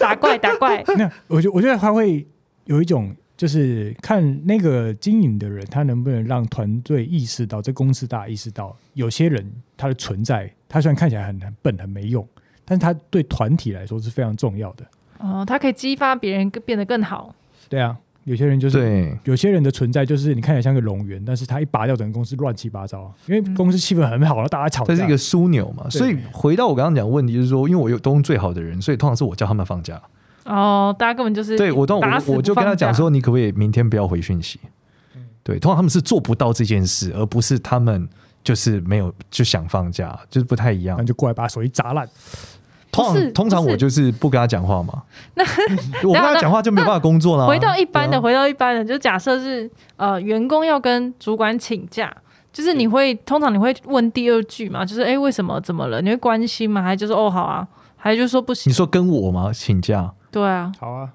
[SPEAKER 1] 打怪打怪，
[SPEAKER 3] 那我觉我觉得他会有一种，就是看那个经营的人，他能不能让团队意识到，这公司大家意识到，有些人他的存在，他虽然看起来很很笨很没用，但是他对团体来说是非常重要的。
[SPEAKER 1] 哦，它可以激发别人更变得更好。
[SPEAKER 3] 对啊，有些人就是。
[SPEAKER 2] 对，
[SPEAKER 3] 有些人的存在就是你看起来像个龙源，但是他一拔掉，整个公司乱七八糟啊。因为公司气氛很好，然后大家吵架。
[SPEAKER 2] 这是一个枢纽嘛。
[SPEAKER 3] 对
[SPEAKER 2] 所以回到我刚刚讲的问题，就是说，因为我有都用最好的人，所以通常是我叫他们放假。
[SPEAKER 1] 哦，大家根本就是
[SPEAKER 2] 对我，当
[SPEAKER 1] 打
[SPEAKER 2] 我
[SPEAKER 1] 死不
[SPEAKER 2] 我就跟他
[SPEAKER 1] 放假
[SPEAKER 2] 讲，说，你可不可以明天不要回讯息
[SPEAKER 3] 嗯？
[SPEAKER 2] 对，通常他们是做不到这件事，而不是他们就是没有就想放假，就是不太一样
[SPEAKER 3] 然后。就过来把手机砸烂。
[SPEAKER 2] 通
[SPEAKER 1] 不是
[SPEAKER 2] 常通常
[SPEAKER 1] 不是
[SPEAKER 2] 我就是不跟他讲话嘛，那 我跟他讲话就没有办法工作了。
[SPEAKER 1] 回到一般的，
[SPEAKER 2] 对啊，
[SPEAKER 1] 回到一般的，就假设是呃，员工要跟主管请假，就是你会通常你会问第二句嘛，就是哎、诶为什么怎么了？你会关心吗？还就说哦好啊，还就说不
[SPEAKER 2] 你
[SPEAKER 1] 行，
[SPEAKER 2] 说跟我吗？请假，
[SPEAKER 1] 对啊，
[SPEAKER 3] 好啊，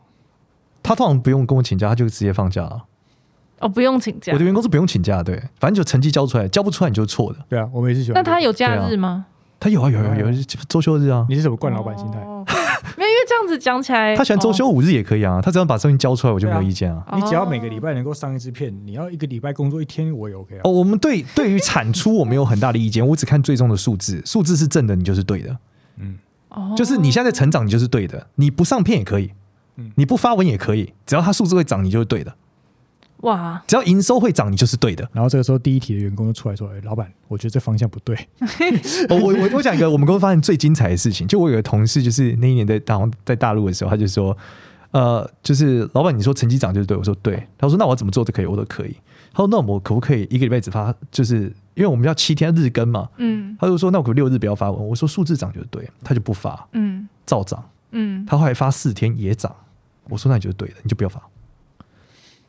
[SPEAKER 2] 他通常不用跟我请假，他就直接放假了。
[SPEAKER 1] 哦不用请假
[SPEAKER 2] 我的。员工是不用请假，对，反正就成绩交出来，交不出来你就是错的。
[SPEAKER 3] 对啊，我们也是喜欢。
[SPEAKER 1] 那他有假日吗？
[SPEAKER 2] 他有啊有啊有
[SPEAKER 1] 嗯
[SPEAKER 2] 啊，周休日啊，
[SPEAKER 3] 你是什么惯老板心态？
[SPEAKER 1] 哦没有，因为这样子讲起来，
[SPEAKER 2] 他喜欢周休五日也可以啊，他只要把东西交出来，我就没有意见啊。
[SPEAKER 1] 哦，
[SPEAKER 3] 你只要每个礼拜能够上一支片，你要一个礼拜工作一天，我也 OK 啊。
[SPEAKER 2] 哦，我们对对于产出我没有很大的意见，我只看最终的数字，数字是正的，你就是对的，
[SPEAKER 1] 哦，
[SPEAKER 2] 就是你现在在成长，你就是对的，你不上片也可以
[SPEAKER 3] 嗯，
[SPEAKER 2] 你不发文也可以，只要它数字会涨，你就是对的，
[SPEAKER 1] 哇，
[SPEAKER 2] 只要营收会涨，你就是对的。
[SPEAKER 3] 然后这个时候，第一题的员工就出来说：“哎，老板，我觉得这方向不对。
[SPEAKER 2] 我哦我我我讲一个我们公司发现最精彩的事情，就我有个同事，就是那一年在大在大陆的时候，他就说，呃，就是老板你说成绩涨就是对，我说对，他说那我怎么做都可以，我都可以。他说那我可不可以一个礼拜只发，就是因为我们要七天日更嘛，
[SPEAKER 1] 嗯
[SPEAKER 2] 他就说那我可不可以六日不要发文，我说数字涨就是对，他就不发，
[SPEAKER 1] 嗯
[SPEAKER 2] 照涨。
[SPEAKER 1] 嗯，
[SPEAKER 2] 他后来发四天也涨，我说那你就是对的，你就不要发。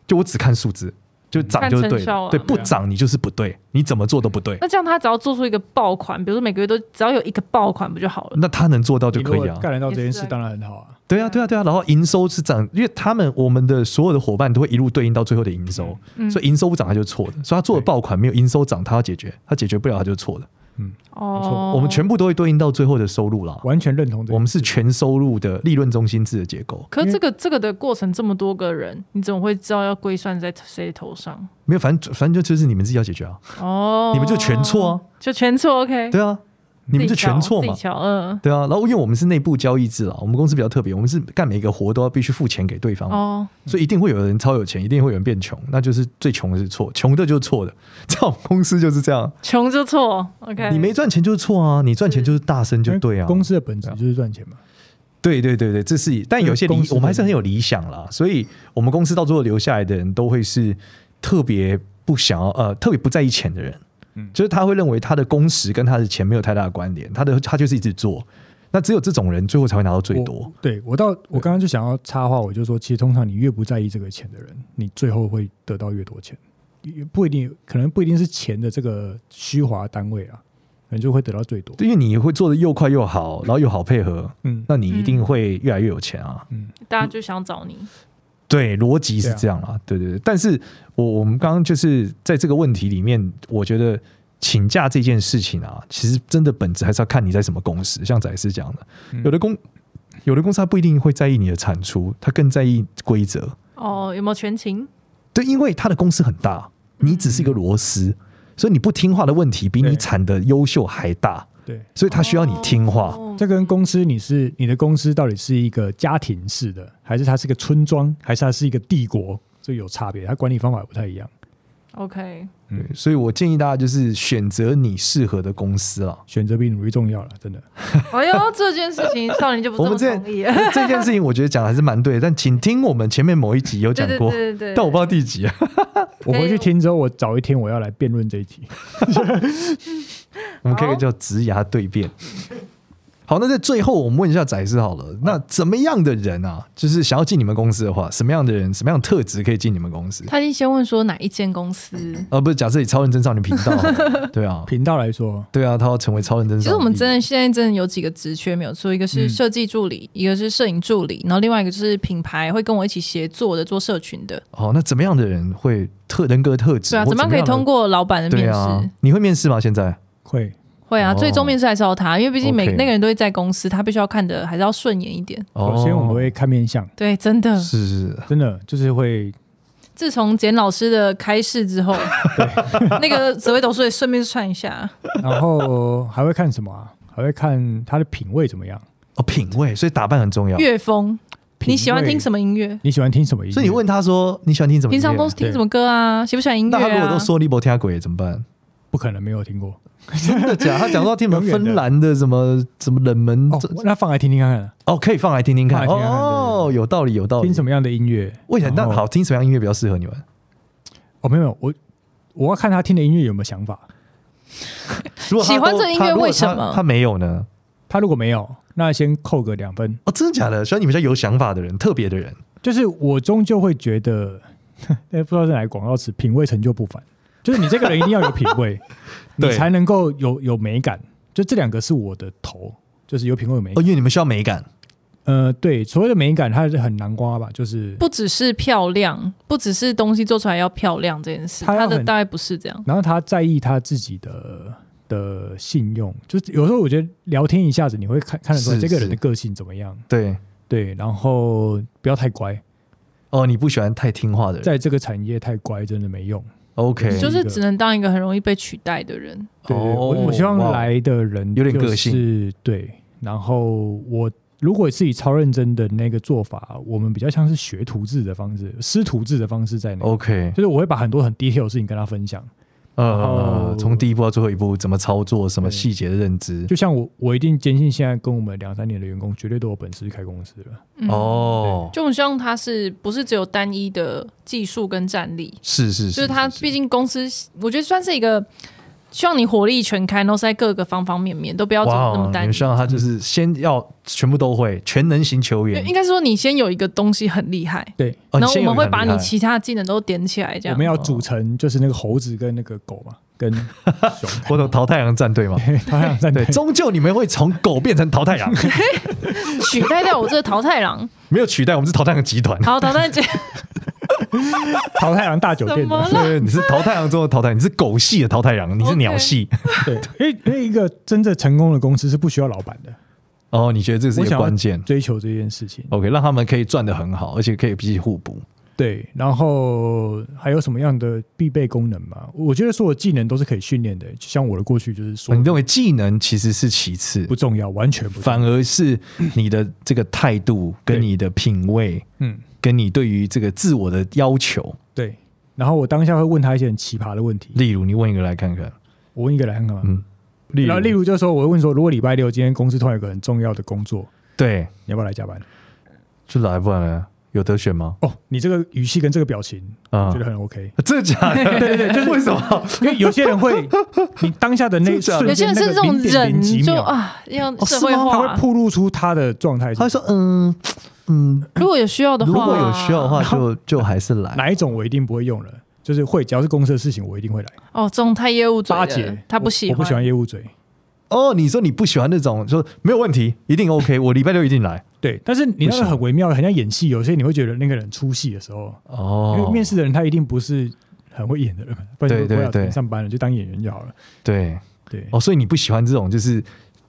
[SPEAKER 2] 就我只看数字，就涨就是
[SPEAKER 1] 看
[SPEAKER 2] 对
[SPEAKER 1] 成效
[SPEAKER 2] 的，
[SPEAKER 1] 啊
[SPEAKER 2] 对不涨你就是不对，你怎么做都不对。
[SPEAKER 1] 那这样他只要做出一个爆款，比如说每个月都只要有一个爆款不就好了？
[SPEAKER 2] 那他能做到”就
[SPEAKER 3] 你
[SPEAKER 2] 可
[SPEAKER 3] 如
[SPEAKER 2] 以
[SPEAKER 3] 果
[SPEAKER 2] 啊。
[SPEAKER 3] 干得到这件
[SPEAKER 1] 也
[SPEAKER 3] 事，
[SPEAKER 1] 是啊
[SPEAKER 3] 当然很好啊。
[SPEAKER 2] 对啊，对啊，对啊。然后营收是涨，因为他们我们的所有的伙伴都会一路对应到最后的营收，
[SPEAKER 1] 嗯
[SPEAKER 2] 所以营收不涨他就是错的。所以他做的爆款没有营收涨，他要解决，他解决不了他就是错的。
[SPEAKER 1] 哦，
[SPEAKER 2] 我们全部都会对应到最后的收入啦。
[SPEAKER 3] 完全认同这件事。
[SPEAKER 2] 我们是全收入的利润中心制的结构，
[SPEAKER 1] 可是这个这个的过程这么多个人，你怎么会知道要归算在谁头 上？
[SPEAKER 2] 没有，反正反正就就是你们自己要解决啊，
[SPEAKER 1] 哦，
[SPEAKER 2] 你们就全错啊，
[SPEAKER 1] 就全错，OK，
[SPEAKER 2] 对啊，你们就全错
[SPEAKER 1] 自己瞧，
[SPEAKER 2] 嘛
[SPEAKER 1] 自己瞧嗯，
[SPEAKER 2] 对啊。然后因为我们是内部交易制啦，我们公司比较特别，我们是干每一个活都要必须付钱给对方嘛，
[SPEAKER 1] 哦，
[SPEAKER 2] 所以一定会有人超有钱，一定会有人变穷，那就是最穷的是错，穷的就是错的，在我们公司就是这样。
[SPEAKER 1] 穷就错，OK，
[SPEAKER 2] 你没赚钱就是错啊，你赚钱就是大声就对啊。
[SPEAKER 3] 哎公司的本质就是赚钱嘛。
[SPEAKER 2] 对对对对，这是但有些理
[SPEAKER 3] 哎公司的
[SPEAKER 2] 我们还是很有理想啦，所以我们公司到最后留下来的人都会是特别不想要呃特别不在意钱的人，
[SPEAKER 3] 嗯
[SPEAKER 2] 就是他会认为他的工时跟他的钱没有太大的关联，他的他就是一直做，那只有这种人最后才会拿到最多
[SPEAKER 3] 我。对我到我刚刚就想要插话，我就说，其实通常你越不在意这个钱的人，你最后会得到越多钱，也不一定，可能不一定是钱的这个虚华单位啊，可能就会得到最多。
[SPEAKER 2] 因为你会做的又快又好，然后又好配合，
[SPEAKER 3] 嗯，
[SPEAKER 2] 那你一定会越来越有钱啊。
[SPEAKER 1] 大家就想找你，
[SPEAKER 2] 对，逻辑是这样啦，对对对。但是我我们刚刚就是在这个问题里面，我觉得请假这件事情啊，其实真的本质还是要看你在什么公司。像仔是讲的，
[SPEAKER 3] 嗯
[SPEAKER 2] 有的公有的公司他不一定会在意你的产出，他更在意规则。
[SPEAKER 1] 哦，有没有全勤？
[SPEAKER 2] 对，因为他的公司很大，你只是一个螺丝，所以你不听话的问题比你
[SPEAKER 3] 对
[SPEAKER 2] 产的优秀还大，
[SPEAKER 3] 对。
[SPEAKER 2] 所以他需要你听话。
[SPEAKER 1] 哦
[SPEAKER 3] 这跟公司你是你的公司到底是一个家庭式的，还是它是一个村庄，还是它是一个帝国，这有差别，它管理方法也不太一样。嗯
[SPEAKER 1] OK，
[SPEAKER 2] 对，所以我建议大家就是选择你适合的公司啦。
[SPEAKER 3] 选择比努力重要了，真的。
[SPEAKER 1] 哎呦，这件事情少年就不
[SPEAKER 2] 我
[SPEAKER 1] 这
[SPEAKER 2] 们
[SPEAKER 1] 么
[SPEAKER 2] 这
[SPEAKER 1] 同意，
[SPEAKER 2] 这件事情我觉得讲的还是蛮对的，但请听我们前面某一集 有讲
[SPEAKER 1] 对对
[SPEAKER 2] 过，
[SPEAKER 1] 对对对，
[SPEAKER 2] 但我不知道第几啊。
[SPEAKER 3] 我回去听之后，我找一天我要来辩论这一题。
[SPEAKER 2] 我们可以叫直牙对辩。好，那在最后我们问一下宰师好了，那怎么样的人啊，就是想要进你们公司的话，什么样的人，什么样的特质可以进你们公司？
[SPEAKER 1] 他已经先问说哪一间公司。
[SPEAKER 2] 呃，不是，假设以超人真少年频道 好了，对啊，
[SPEAKER 3] 频道来说，
[SPEAKER 2] 对啊，他要成为超人真少年。
[SPEAKER 1] 其实我们真的现在真的有几个职缺没有错，一个是
[SPEAKER 3] 嗯
[SPEAKER 1] 设计助理，一个是摄影助理，然后另外一个就是品牌会跟我一起协作的做社群的。
[SPEAKER 2] 哦，那怎么样的人会特人格特质？
[SPEAKER 1] 对啊，
[SPEAKER 2] 或
[SPEAKER 1] 怎么样可以
[SPEAKER 2] 的
[SPEAKER 1] 通？过老板的面
[SPEAKER 2] 对
[SPEAKER 1] 试？
[SPEAKER 2] 啊，你会面试吗？现在
[SPEAKER 3] 会
[SPEAKER 1] 会啊，
[SPEAKER 2] 哦
[SPEAKER 1] 最终面试还是要他，因为毕竟每
[SPEAKER 2] OK
[SPEAKER 1] 那个人都会在公司，他必须要看的还是要顺眼一点。
[SPEAKER 2] 哦，
[SPEAKER 3] 首先我们会看面相，
[SPEAKER 1] 对，真的。
[SPEAKER 2] 是是
[SPEAKER 3] 真的就是会
[SPEAKER 1] 自从简老师的开示之后，那个紫薇斗数也顺便算一下。
[SPEAKER 3] 然后还会看什么啊？还会看他的品味怎么样？
[SPEAKER 2] 哦，品味，所以打扮很重要。
[SPEAKER 1] 乐风，你喜欢听什
[SPEAKER 3] 么？
[SPEAKER 1] 么音乐？
[SPEAKER 3] 你喜欢听什么音乐？
[SPEAKER 2] 所以你问他说你喜欢听什么音
[SPEAKER 1] 平
[SPEAKER 2] 乐？
[SPEAKER 1] 常都是听
[SPEAKER 3] 对
[SPEAKER 1] 什么歌啊？喜不喜欢音乐
[SPEAKER 2] 那他如果
[SPEAKER 1] 啊
[SPEAKER 2] 都？说你不听鬼怎么办？
[SPEAKER 3] 不可能没有听过
[SPEAKER 2] 真的假的？他讲说听什么
[SPEAKER 3] 永远的
[SPEAKER 2] 芬兰的什么什么冷门
[SPEAKER 3] 哦
[SPEAKER 2] 嗯这，
[SPEAKER 3] 那放来听听看看啊，
[SPEAKER 2] 哦，可以放来听听看
[SPEAKER 3] 放来听听看
[SPEAKER 2] 哦，有道理有道理。
[SPEAKER 3] 听什么哦样的音乐？
[SPEAKER 2] 为什么？那
[SPEAKER 3] 然后
[SPEAKER 2] 好，听什么样音乐比较适合你们？
[SPEAKER 3] 哦，没有没有，我我要看他听的音乐有没有想法。
[SPEAKER 2] 如果他
[SPEAKER 1] 喜欢
[SPEAKER 2] 都
[SPEAKER 1] 这音
[SPEAKER 2] 他
[SPEAKER 1] 乐
[SPEAKER 2] 如果
[SPEAKER 1] 为什
[SPEAKER 2] 他
[SPEAKER 1] 么
[SPEAKER 2] 他没有呢？
[SPEAKER 3] 他如果没有，那先扣个两分。
[SPEAKER 2] 哦，真的假的？喜欢你们家有想法的人，特别的人
[SPEAKER 3] 就是我终究会觉得， 哎，不知道是哪个广告词，品味成就不凡。就是你这个人一定要有品 味，你
[SPEAKER 2] 对
[SPEAKER 3] 才能够有有美感。就这两个是我的头，就是有品味有美
[SPEAKER 2] 哦，
[SPEAKER 3] 感。
[SPEAKER 2] 因为你们需要美感。
[SPEAKER 3] 呃，对，所谓的美感，它是很南瓜吧，就是，
[SPEAKER 1] 不只是漂亮，不只是东西做出来要漂亮这件事，
[SPEAKER 3] 他要
[SPEAKER 1] 他的
[SPEAKER 3] 很
[SPEAKER 1] 大概不是这样。
[SPEAKER 3] 然后他在意他自己的的信用，就是有时候我觉得聊天一下子你会看看得出来
[SPEAKER 2] 是
[SPEAKER 3] 这个人
[SPEAKER 2] 是
[SPEAKER 3] 的个性怎么样，
[SPEAKER 2] 对，
[SPEAKER 3] 对，然后不要太乖，
[SPEAKER 2] 哦，你不喜欢太听话的人。
[SPEAKER 3] 在这个产业太乖真的没用。
[SPEAKER 2] OK，
[SPEAKER 1] 就
[SPEAKER 3] 对
[SPEAKER 1] 是
[SPEAKER 3] 一个
[SPEAKER 1] 只能当一个很容易被取代的人。
[SPEAKER 3] 对，对我
[SPEAKER 2] 哦
[SPEAKER 3] 我希望
[SPEAKER 2] 哇
[SPEAKER 3] 来的人、
[SPEAKER 2] 有
[SPEAKER 3] 就
[SPEAKER 2] 点
[SPEAKER 3] 是、
[SPEAKER 2] 个性
[SPEAKER 3] 对。然后我如果是以超认真的那个做法，我们比较像是学徒制的方式、师徒制的方式在那，
[SPEAKER 2] OK，
[SPEAKER 3] 就是我会把很多很 detail 的事情跟他分享。
[SPEAKER 2] 呃，
[SPEAKER 3] 后
[SPEAKER 2] 从第一步到最后一步，怎么操作，什么
[SPEAKER 3] 对
[SPEAKER 2] 细节的认知
[SPEAKER 3] 就，像我，我一定坚信现在跟我们两三年的员工绝对都有本事去开公司了。
[SPEAKER 1] 嗯，
[SPEAKER 2] 哦，
[SPEAKER 1] 就我希望他是不是只有单一的技术跟战力？
[SPEAKER 2] 是是是，
[SPEAKER 1] 就是他，毕竟公司，我觉得算是一个希望你火力全开，然后是在各个方方面面都不要走
[SPEAKER 2] 哇
[SPEAKER 1] 那
[SPEAKER 2] 哦，
[SPEAKER 1] 么
[SPEAKER 2] 你
[SPEAKER 1] 单
[SPEAKER 2] 们
[SPEAKER 1] 一
[SPEAKER 2] 希。望他就是先要全部都会，全能型球员
[SPEAKER 1] 应，该说你先有一个东西很厉害，
[SPEAKER 3] 对，
[SPEAKER 2] 哦
[SPEAKER 1] 然后我们会把你。
[SPEAKER 2] 先有一个很厉害
[SPEAKER 1] 其他的技能都点起来，这
[SPEAKER 3] 我
[SPEAKER 1] 样
[SPEAKER 3] 们。要组成就是那个猴子跟那个狗嘛，跟 熊。
[SPEAKER 2] 或者淘太阳战 队嘛，
[SPEAKER 3] 他想站
[SPEAKER 2] 对
[SPEAKER 3] 队，，
[SPEAKER 2] 终究你们会从狗变成淘太阳，
[SPEAKER 1] 取代掉我这个淘汰狼。
[SPEAKER 2] 没有取代，我们是淘太阳集团。
[SPEAKER 1] 好，淘 汰姐，
[SPEAKER 3] 淘太阳大酒店
[SPEAKER 1] 怎么
[SPEAKER 3] 的
[SPEAKER 1] 了。
[SPEAKER 2] 对，你是淘太阳中的淘太阳，你是狗系的淘太阳，你是
[SPEAKER 1] OK
[SPEAKER 2] 鸟系。
[SPEAKER 3] 对，因为因为一个真正成功的公司是不需要老板的，
[SPEAKER 2] 哦，你觉得这是一
[SPEAKER 3] 我
[SPEAKER 2] 个
[SPEAKER 3] 想
[SPEAKER 2] 关键
[SPEAKER 3] 要追求这件事情。
[SPEAKER 2] ？OK，让他们可以赚得很好，而且可以彼此互补。
[SPEAKER 3] 对，然后还有什么样的必备功能吗？我觉得所有技能都是可以训练的，就像我的过去就是说
[SPEAKER 2] 啊你，认为技能其实是其次
[SPEAKER 3] 不，重要，完全不重要
[SPEAKER 2] 反而是你的这个态度、跟你的品味、
[SPEAKER 3] 嗯，
[SPEAKER 2] 跟你对于这个自我的要求。
[SPEAKER 3] 对。然后我当下会问他一些很奇葩的问题，
[SPEAKER 2] 例如，你问一个来看看，
[SPEAKER 3] 我问一个来看看嘛。
[SPEAKER 2] 嗯，例
[SPEAKER 3] 然后例
[SPEAKER 2] 如
[SPEAKER 3] 如就是说，我会问说，如果礼拜六今天公司突然有个很重要的工作，
[SPEAKER 2] 对，
[SPEAKER 3] 你要不要来加班？
[SPEAKER 2] 就来不然呢有得选吗？
[SPEAKER 3] 哦，你这个语气跟这个表情，
[SPEAKER 2] 啊
[SPEAKER 3] 觉得，很 OK。
[SPEAKER 2] 真的假的？对对对，就是为什么？
[SPEAKER 3] 因为有些人会，你当下的那
[SPEAKER 2] 真假的
[SPEAKER 3] 瞬
[SPEAKER 1] 有些
[SPEAKER 3] 间
[SPEAKER 1] 人
[SPEAKER 3] 那
[SPEAKER 1] 是
[SPEAKER 3] 个
[SPEAKER 1] 这种
[SPEAKER 3] 0.0
[SPEAKER 1] 人
[SPEAKER 3] 几
[SPEAKER 1] 就
[SPEAKER 3] 秒
[SPEAKER 1] 啊，要
[SPEAKER 2] 哦
[SPEAKER 1] 社
[SPEAKER 2] 是
[SPEAKER 1] 会
[SPEAKER 2] 吗
[SPEAKER 3] 他
[SPEAKER 1] 化
[SPEAKER 3] 会。暴露出他的状态是
[SPEAKER 2] 他
[SPEAKER 3] 什么。
[SPEAKER 2] 会说，嗯嗯，
[SPEAKER 1] 如果有需要的话，
[SPEAKER 2] 如果有需要的话，就就还是来。
[SPEAKER 3] 哪一种我一定不会用了，就是会，只要是公司的事情，我一定会来。
[SPEAKER 1] 哦，这种太业务嘴
[SPEAKER 3] 巴
[SPEAKER 1] 了
[SPEAKER 3] 结，，
[SPEAKER 1] 他不
[SPEAKER 3] 我
[SPEAKER 1] 喜
[SPEAKER 3] 我不喜欢
[SPEAKER 1] 欢。
[SPEAKER 3] 业务嘴。
[SPEAKER 2] 哦，你说你不喜欢那种，说没有问题，一定 OK，我礼拜六一定来。
[SPEAKER 3] 对，但是你
[SPEAKER 2] 不
[SPEAKER 3] 那
[SPEAKER 2] 喜
[SPEAKER 3] 个
[SPEAKER 2] 欢
[SPEAKER 3] 很微妙，很像演戏，有些你会觉得那个人出戏的时候，因
[SPEAKER 2] 哦
[SPEAKER 3] 为，面试的人他一定不是很会演的人嘛，不然
[SPEAKER 2] 对
[SPEAKER 3] 就不
[SPEAKER 2] 对
[SPEAKER 3] 要
[SPEAKER 2] 对
[SPEAKER 3] 上班了，就当演员就好了。
[SPEAKER 2] 对，
[SPEAKER 3] 对，
[SPEAKER 2] 哦，所以你不喜欢这种，就是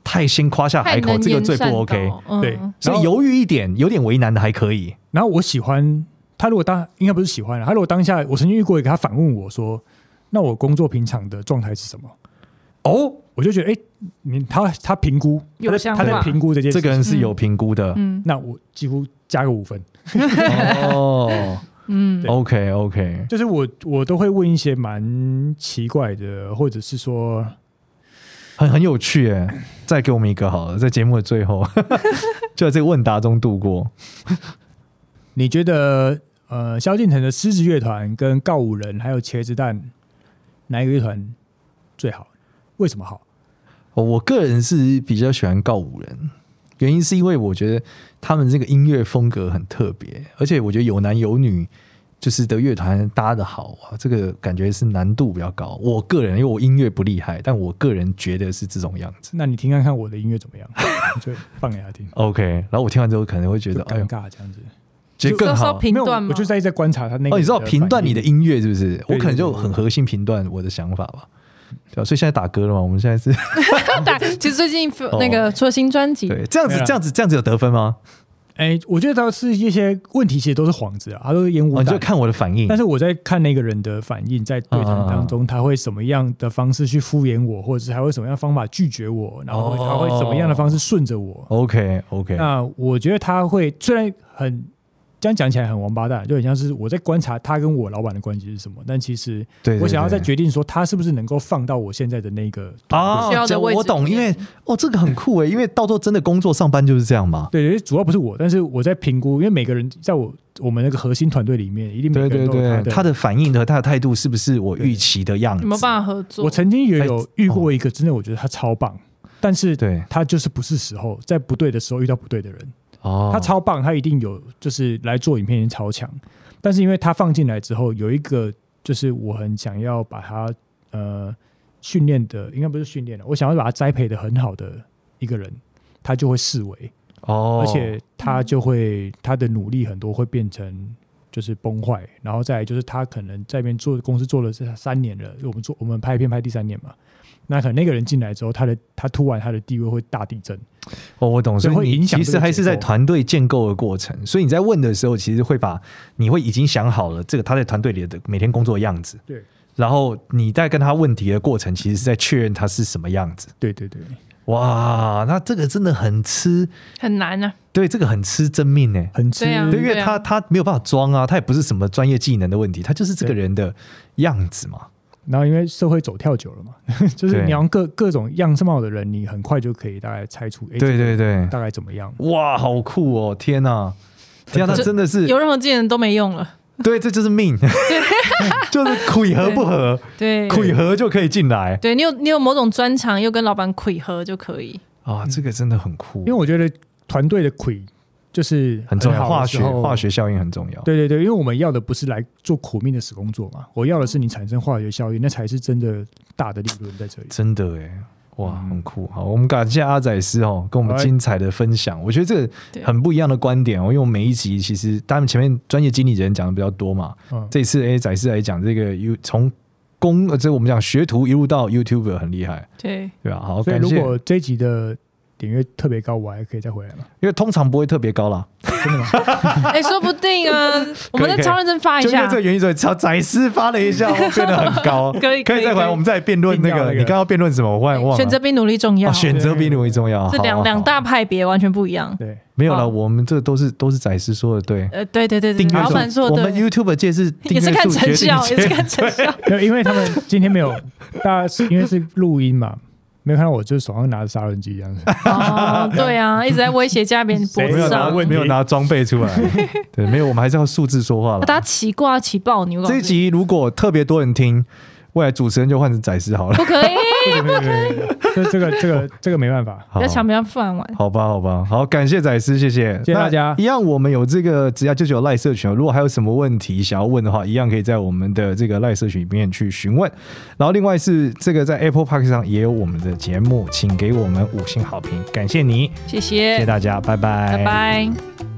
[SPEAKER 2] 太先夸下
[SPEAKER 1] 太
[SPEAKER 2] 海口，
[SPEAKER 1] 能
[SPEAKER 2] 这个
[SPEAKER 1] 言
[SPEAKER 2] 最
[SPEAKER 1] 善
[SPEAKER 2] 不
[SPEAKER 1] 道
[SPEAKER 2] OK。。
[SPEAKER 1] 嗯
[SPEAKER 3] 对
[SPEAKER 2] 所以犹豫一点，有点为难的还可以。
[SPEAKER 3] 然后我喜欢他，如果当应该不是喜欢啊，他如果当下我曾经遇过一个，他反问我说：“那我工作平常的状态是什么
[SPEAKER 2] 哦，？”
[SPEAKER 3] 我就觉得，哎，你他他评估，
[SPEAKER 1] 有
[SPEAKER 3] 他在
[SPEAKER 1] 想
[SPEAKER 3] 他在
[SPEAKER 1] 法
[SPEAKER 3] 评估这件事
[SPEAKER 2] 这
[SPEAKER 3] 情，
[SPEAKER 2] 个人是有评估的。
[SPEAKER 1] 嗯
[SPEAKER 3] 那我几乎加个五分。
[SPEAKER 2] 哦
[SPEAKER 1] 嗯，
[SPEAKER 2] ，OK OK，
[SPEAKER 3] 就是我我都会问一些蛮奇怪的，或者是说
[SPEAKER 2] 很很有趣哎。再给我们一个好了，在节目的最后， 就在这个问答中度过。
[SPEAKER 3] 你觉得呃，萧敬腾的狮子乐团跟告五人还有茄子蛋哪一个乐团最好？为什么好？
[SPEAKER 2] 哦我个人是比较喜欢告五人，原因是因为我觉得他们这个音乐风格很特别，而且我觉得有男有女就是的乐团搭的好啊，这个感觉是难度比较高。我个人因为我音乐不厉害，但我个人觉得是这种样子。
[SPEAKER 3] 那你听看看我的音乐怎 么样？你就放给他听，
[SPEAKER 2] OK，然后我听完之后可能会觉
[SPEAKER 3] 就
[SPEAKER 2] 得，哎
[SPEAKER 3] 尴
[SPEAKER 2] 呦，
[SPEAKER 3] 尬这样子。
[SPEAKER 2] 觉得
[SPEAKER 1] 是
[SPEAKER 2] 更
[SPEAKER 1] 要稍
[SPEAKER 2] 好。
[SPEAKER 1] 评
[SPEAKER 3] 没有
[SPEAKER 1] 断吗？
[SPEAKER 3] 我就在在观察他那个。
[SPEAKER 2] 哦，你知道评断你的，音乐是不是？
[SPEAKER 3] 对
[SPEAKER 2] 我可能
[SPEAKER 3] 对
[SPEAKER 2] 就
[SPEAKER 3] 对
[SPEAKER 2] 很核心评断我的想法吧。对啊，所以现在打歌了嘛，我们现 在是
[SPEAKER 1] 打，其实最近那个出了新专辑，
[SPEAKER 2] 哦对这样子
[SPEAKER 3] 没有，啦
[SPEAKER 2] 这样子，这样子有得分吗？
[SPEAKER 3] 哎，我觉得他是一些问题，其实都是幌子啊，他都是烟雾
[SPEAKER 2] 哦，
[SPEAKER 3] 弹。
[SPEAKER 2] 你就看我的反应。
[SPEAKER 3] 但是我在看那个人的反应，在对谈当中，他会什么样的方式去敷衍我，或者是他会什么样的方法拒绝我，然后
[SPEAKER 2] 哦
[SPEAKER 3] 他会怎么样的方式顺着我。
[SPEAKER 2] OK OK，
[SPEAKER 3] 那我觉得他会虽然很这样讲起来很王八蛋，就很像是我在观察他跟我老板的关系是什么，但其实
[SPEAKER 2] 对，对
[SPEAKER 3] 我想要再
[SPEAKER 2] 对
[SPEAKER 3] 决定说他是不是能够放到我现在的那个
[SPEAKER 2] 哦
[SPEAKER 1] 需要，的
[SPEAKER 2] 这
[SPEAKER 1] 位置
[SPEAKER 2] 我懂，
[SPEAKER 1] 里
[SPEAKER 2] 因
[SPEAKER 1] 面
[SPEAKER 2] 为哦，这个很酷诶，因为到时候真的工作上班就是这样嘛。
[SPEAKER 3] 对，主要不是我，但是我在评估，因为每个人在我我们那个核心团队里面，一定每
[SPEAKER 2] 对
[SPEAKER 3] 个
[SPEAKER 2] 对
[SPEAKER 3] 人都有
[SPEAKER 2] 对，
[SPEAKER 3] 的。
[SPEAKER 2] 他的反应和他的态度是不是我预期的样子？
[SPEAKER 1] 有没有办法合作？
[SPEAKER 3] 我曾经也有
[SPEAKER 2] 哎
[SPEAKER 3] 遇过一个，真的我觉得他超棒，但是
[SPEAKER 2] 对
[SPEAKER 3] 他就是不是时候，在不对的时候遇到不对的人。
[SPEAKER 2] 哦，
[SPEAKER 3] 他超棒，他一定有就是来做影片已经超强，但是因为他放进来之后，有一个就是我很想要把他呃训练的，应该不是训练了，我想要把他栽培的很好的一个人，他就会视为，
[SPEAKER 2] 哦，
[SPEAKER 3] 而且他就会他的努力很多会变成。就是崩坏，然后再来就是他可能在那边做公司做了这三年了，我们做我们拍片拍第三年嘛，那可能那个人进来之后，他的他突然他的地位会大地震，
[SPEAKER 2] 哦，我懂，
[SPEAKER 3] 所
[SPEAKER 2] 所
[SPEAKER 3] 以
[SPEAKER 2] 以
[SPEAKER 3] 会
[SPEAKER 2] 你
[SPEAKER 3] 影响
[SPEAKER 2] 其
[SPEAKER 3] 这
[SPEAKER 2] 实
[SPEAKER 3] 个
[SPEAKER 2] 还
[SPEAKER 3] 结
[SPEAKER 2] 是在
[SPEAKER 3] 构
[SPEAKER 2] 团队建构的过程，所以你在问的时候，其实会把你会已经想好了这个他在团队里的每天工作的样子，
[SPEAKER 3] 对
[SPEAKER 2] 然后你在跟他问题的过程，其实是在确认他是什么样子。
[SPEAKER 3] 对对对，
[SPEAKER 2] 哇，那这个真的很吃，
[SPEAKER 1] 很难啊，
[SPEAKER 2] 对，这个很吃真命呢、
[SPEAKER 3] 很吃
[SPEAKER 1] 对啊
[SPEAKER 2] 对，因为
[SPEAKER 1] 啊
[SPEAKER 2] 他他没有办法装啊，他也不是什么专业技能的问题，他就是这个
[SPEAKER 3] 对
[SPEAKER 2] 人的样子嘛。
[SPEAKER 3] 然后因为社会走跳久了嘛， 就是
[SPEAKER 2] 对
[SPEAKER 3] 你要各各种样貌的人，你很快就可以大概猜出，哎，
[SPEAKER 2] 对对对，
[SPEAKER 3] 大概怎么样？
[SPEAKER 2] 哇，好酷哦！天哪、天哪、
[SPEAKER 1] 这
[SPEAKER 2] 他真的是
[SPEAKER 1] 有任何技能都没用了。
[SPEAKER 2] 对，这就是命，就是苦合不合，
[SPEAKER 1] 对，
[SPEAKER 2] 苦合就可以进来。
[SPEAKER 1] 对你有你有某种专长，又跟老板溃合就可以。
[SPEAKER 2] 啊，这个真的很酷，
[SPEAKER 3] 嗯因为我觉得团队的魁就是
[SPEAKER 2] 很重要，
[SPEAKER 3] 好
[SPEAKER 2] 化
[SPEAKER 3] 的时
[SPEAKER 2] 学
[SPEAKER 3] 候
[SPEAKER 2] 化。学效应很重要。
[SPEAKER 3] 对对对，因为我们要的不是来做苦命的死工作嘛，我要的是你产生化学效应，那才是真的大的利润在这里。
[SPEAKER 2] 真的哎，哇，
[SPEAKER 3] 嗯
[SPEAKER 2] 很酷。好，我们感谢阿仔师哦，跟我们
[SPEAKER 3] 好哎
[SPEAKER 2] 精彩的分享。我觉得这
[SPEAKER 1] 对
[SPEAKER 2] 个很不一样的观点哦，因为我们每一集其实他们前面专业经理人讲的比较多嘛，
[SPEAKER 3] 嗯，
[SPEAKER 2] 这一次 A 仔师来讲这个 U 从工，呃这我们讲学徒一路到 YouTuber 很厉害，
[SPEAKER 1] 对，
[SPEAKER 2] 对吧？好，
[SPEAKER 3] 所以
[SPEAKER 2] 感
[SPEAKER 3] 如
[SPEAKER 2] 谢，
[SPEAKER 3] 果这一集的点阅特别高，我还可以再回来嘛？
[SPEAKER 2] 因为通常不会特别高啦，
[SPEAKER 1] 哎，说不定啊，我们再
[SPEAKER 2] 可以
[SPEAKER 1] 超认真发一
[SPEAKER 2] 就因为
[SPEAKER 1] 下
[SPEAKER 2] 这。个原因，所以仔仔师发了一下，我变得很高。
[SPEAKER 1] 可以
[SPEAKER 2] 可
[SPEAKER 1] 可
[SPEAKER 2] 以
[SPEAKER 1] 以
[SPEAKER 2] 再回来，
[SPEAKER 1] 可以
[SPEAKER 2] 我们再辩论那
[SPEAKER 3] 听到
[SPEAKER 2] 个，
[SPEAKER 3] 那个
[SPEAKER 2] 你刚刚辩论什么？我忽然忘了。
[SPEAKER 1] 选择比努力重要
[SPEAKER 2] 哦，，选择比努力重要。
[SPEAKER 1] 这
[SPEAKER 2] 好好
[SPEAKER 1] 两
[SPEAKER 2] 好
[SPEAKER 1] 两大派别完全不一样。
[SPEAKER 3] 对，
[SPEAKER 2] 没有了，
[SPEAKER 1] 好
[SPEAKER 2] 我们这都是都是宰师说的对，
[SPEAKER 1] 呃，对对对对
[SPEAKER 2] 订，阅
[SPEAKER 1] 老板
[SPEAKER 2] 数，
[SPEAKER 1] 说
[SPEAKER 2] 我
[SPEAKER 1] 的
[SPEAKER 2] 们
[SPEAKER 1] 对，
[SPEAKER 2] YouTube 界 是订
[SPEAKER 1] 也
[SPEAKER 2] 阅
[SPEAKER 1] 是看
[SPEAKER 2] 数
[SPEAKER 1] 成
[SPEAKER 2] 决定
[SPEAKER 1] 效，也是
[SPEAKER 2] 界
[SPEAKER 1] 看成效。
[SPEAKER 3] 没有，因为他们今天没有，大家是因为是录音嘛，没有看到我就是手上拿着杀人机这样子。
[SPEAKER 1] 哦，对啊，一直在威胁嘉宾脖
[SPEAKER 3] 谁
[SPEAKER 2] 没有
[SPEAKER 1] 子
[SPEAKER 2] 拿
[SPEAKER 1] 上
[SPEAKER 3] 问。题
[SPEAKER 2] 没有拿装备出 来，对，没有，我们还是要数字说话
[SPEAKER 1] 哦大
[SPEAKER 2] 了。
[SPEAKER 1] 家起挂起爆你，我告诉
[SPEAKER 2] 这一
[SPEAKER 1] 你
[SPEAKER 2] 集如果特别多人听，未来主持人就换成宰师好了。
[SPEAKER 1] 不可以，
[SPEAKER 3] 不行不行不行这这个这个这个没办法。
[SPEAKER 1] 不
[SPEAKER 2] 好
[SPEAKER 1] 要抢别人饭碗。
[SPEAKER 2] 好吧，好吧，好，感谢宰师，谢谢，
[SPEAKER 3] 谢谢大家
[SPEAKER 2] 那一样，我们有这个职涯九九赖社群哦，如果还有什么问题想要问的话，一样可以在我们的这个赖社群里面去询问。然后另外是这个在 Apple Park 上也有我们的节目，请给我们五星好评，感谢你，
[SPEAKER 1] 谢
[SPEAKER 2] 谢谢
[SPEAKER 1] 谢，
[SPEAKER 2] 大家，拜拜，
[SPEAKER 1] 拜拜。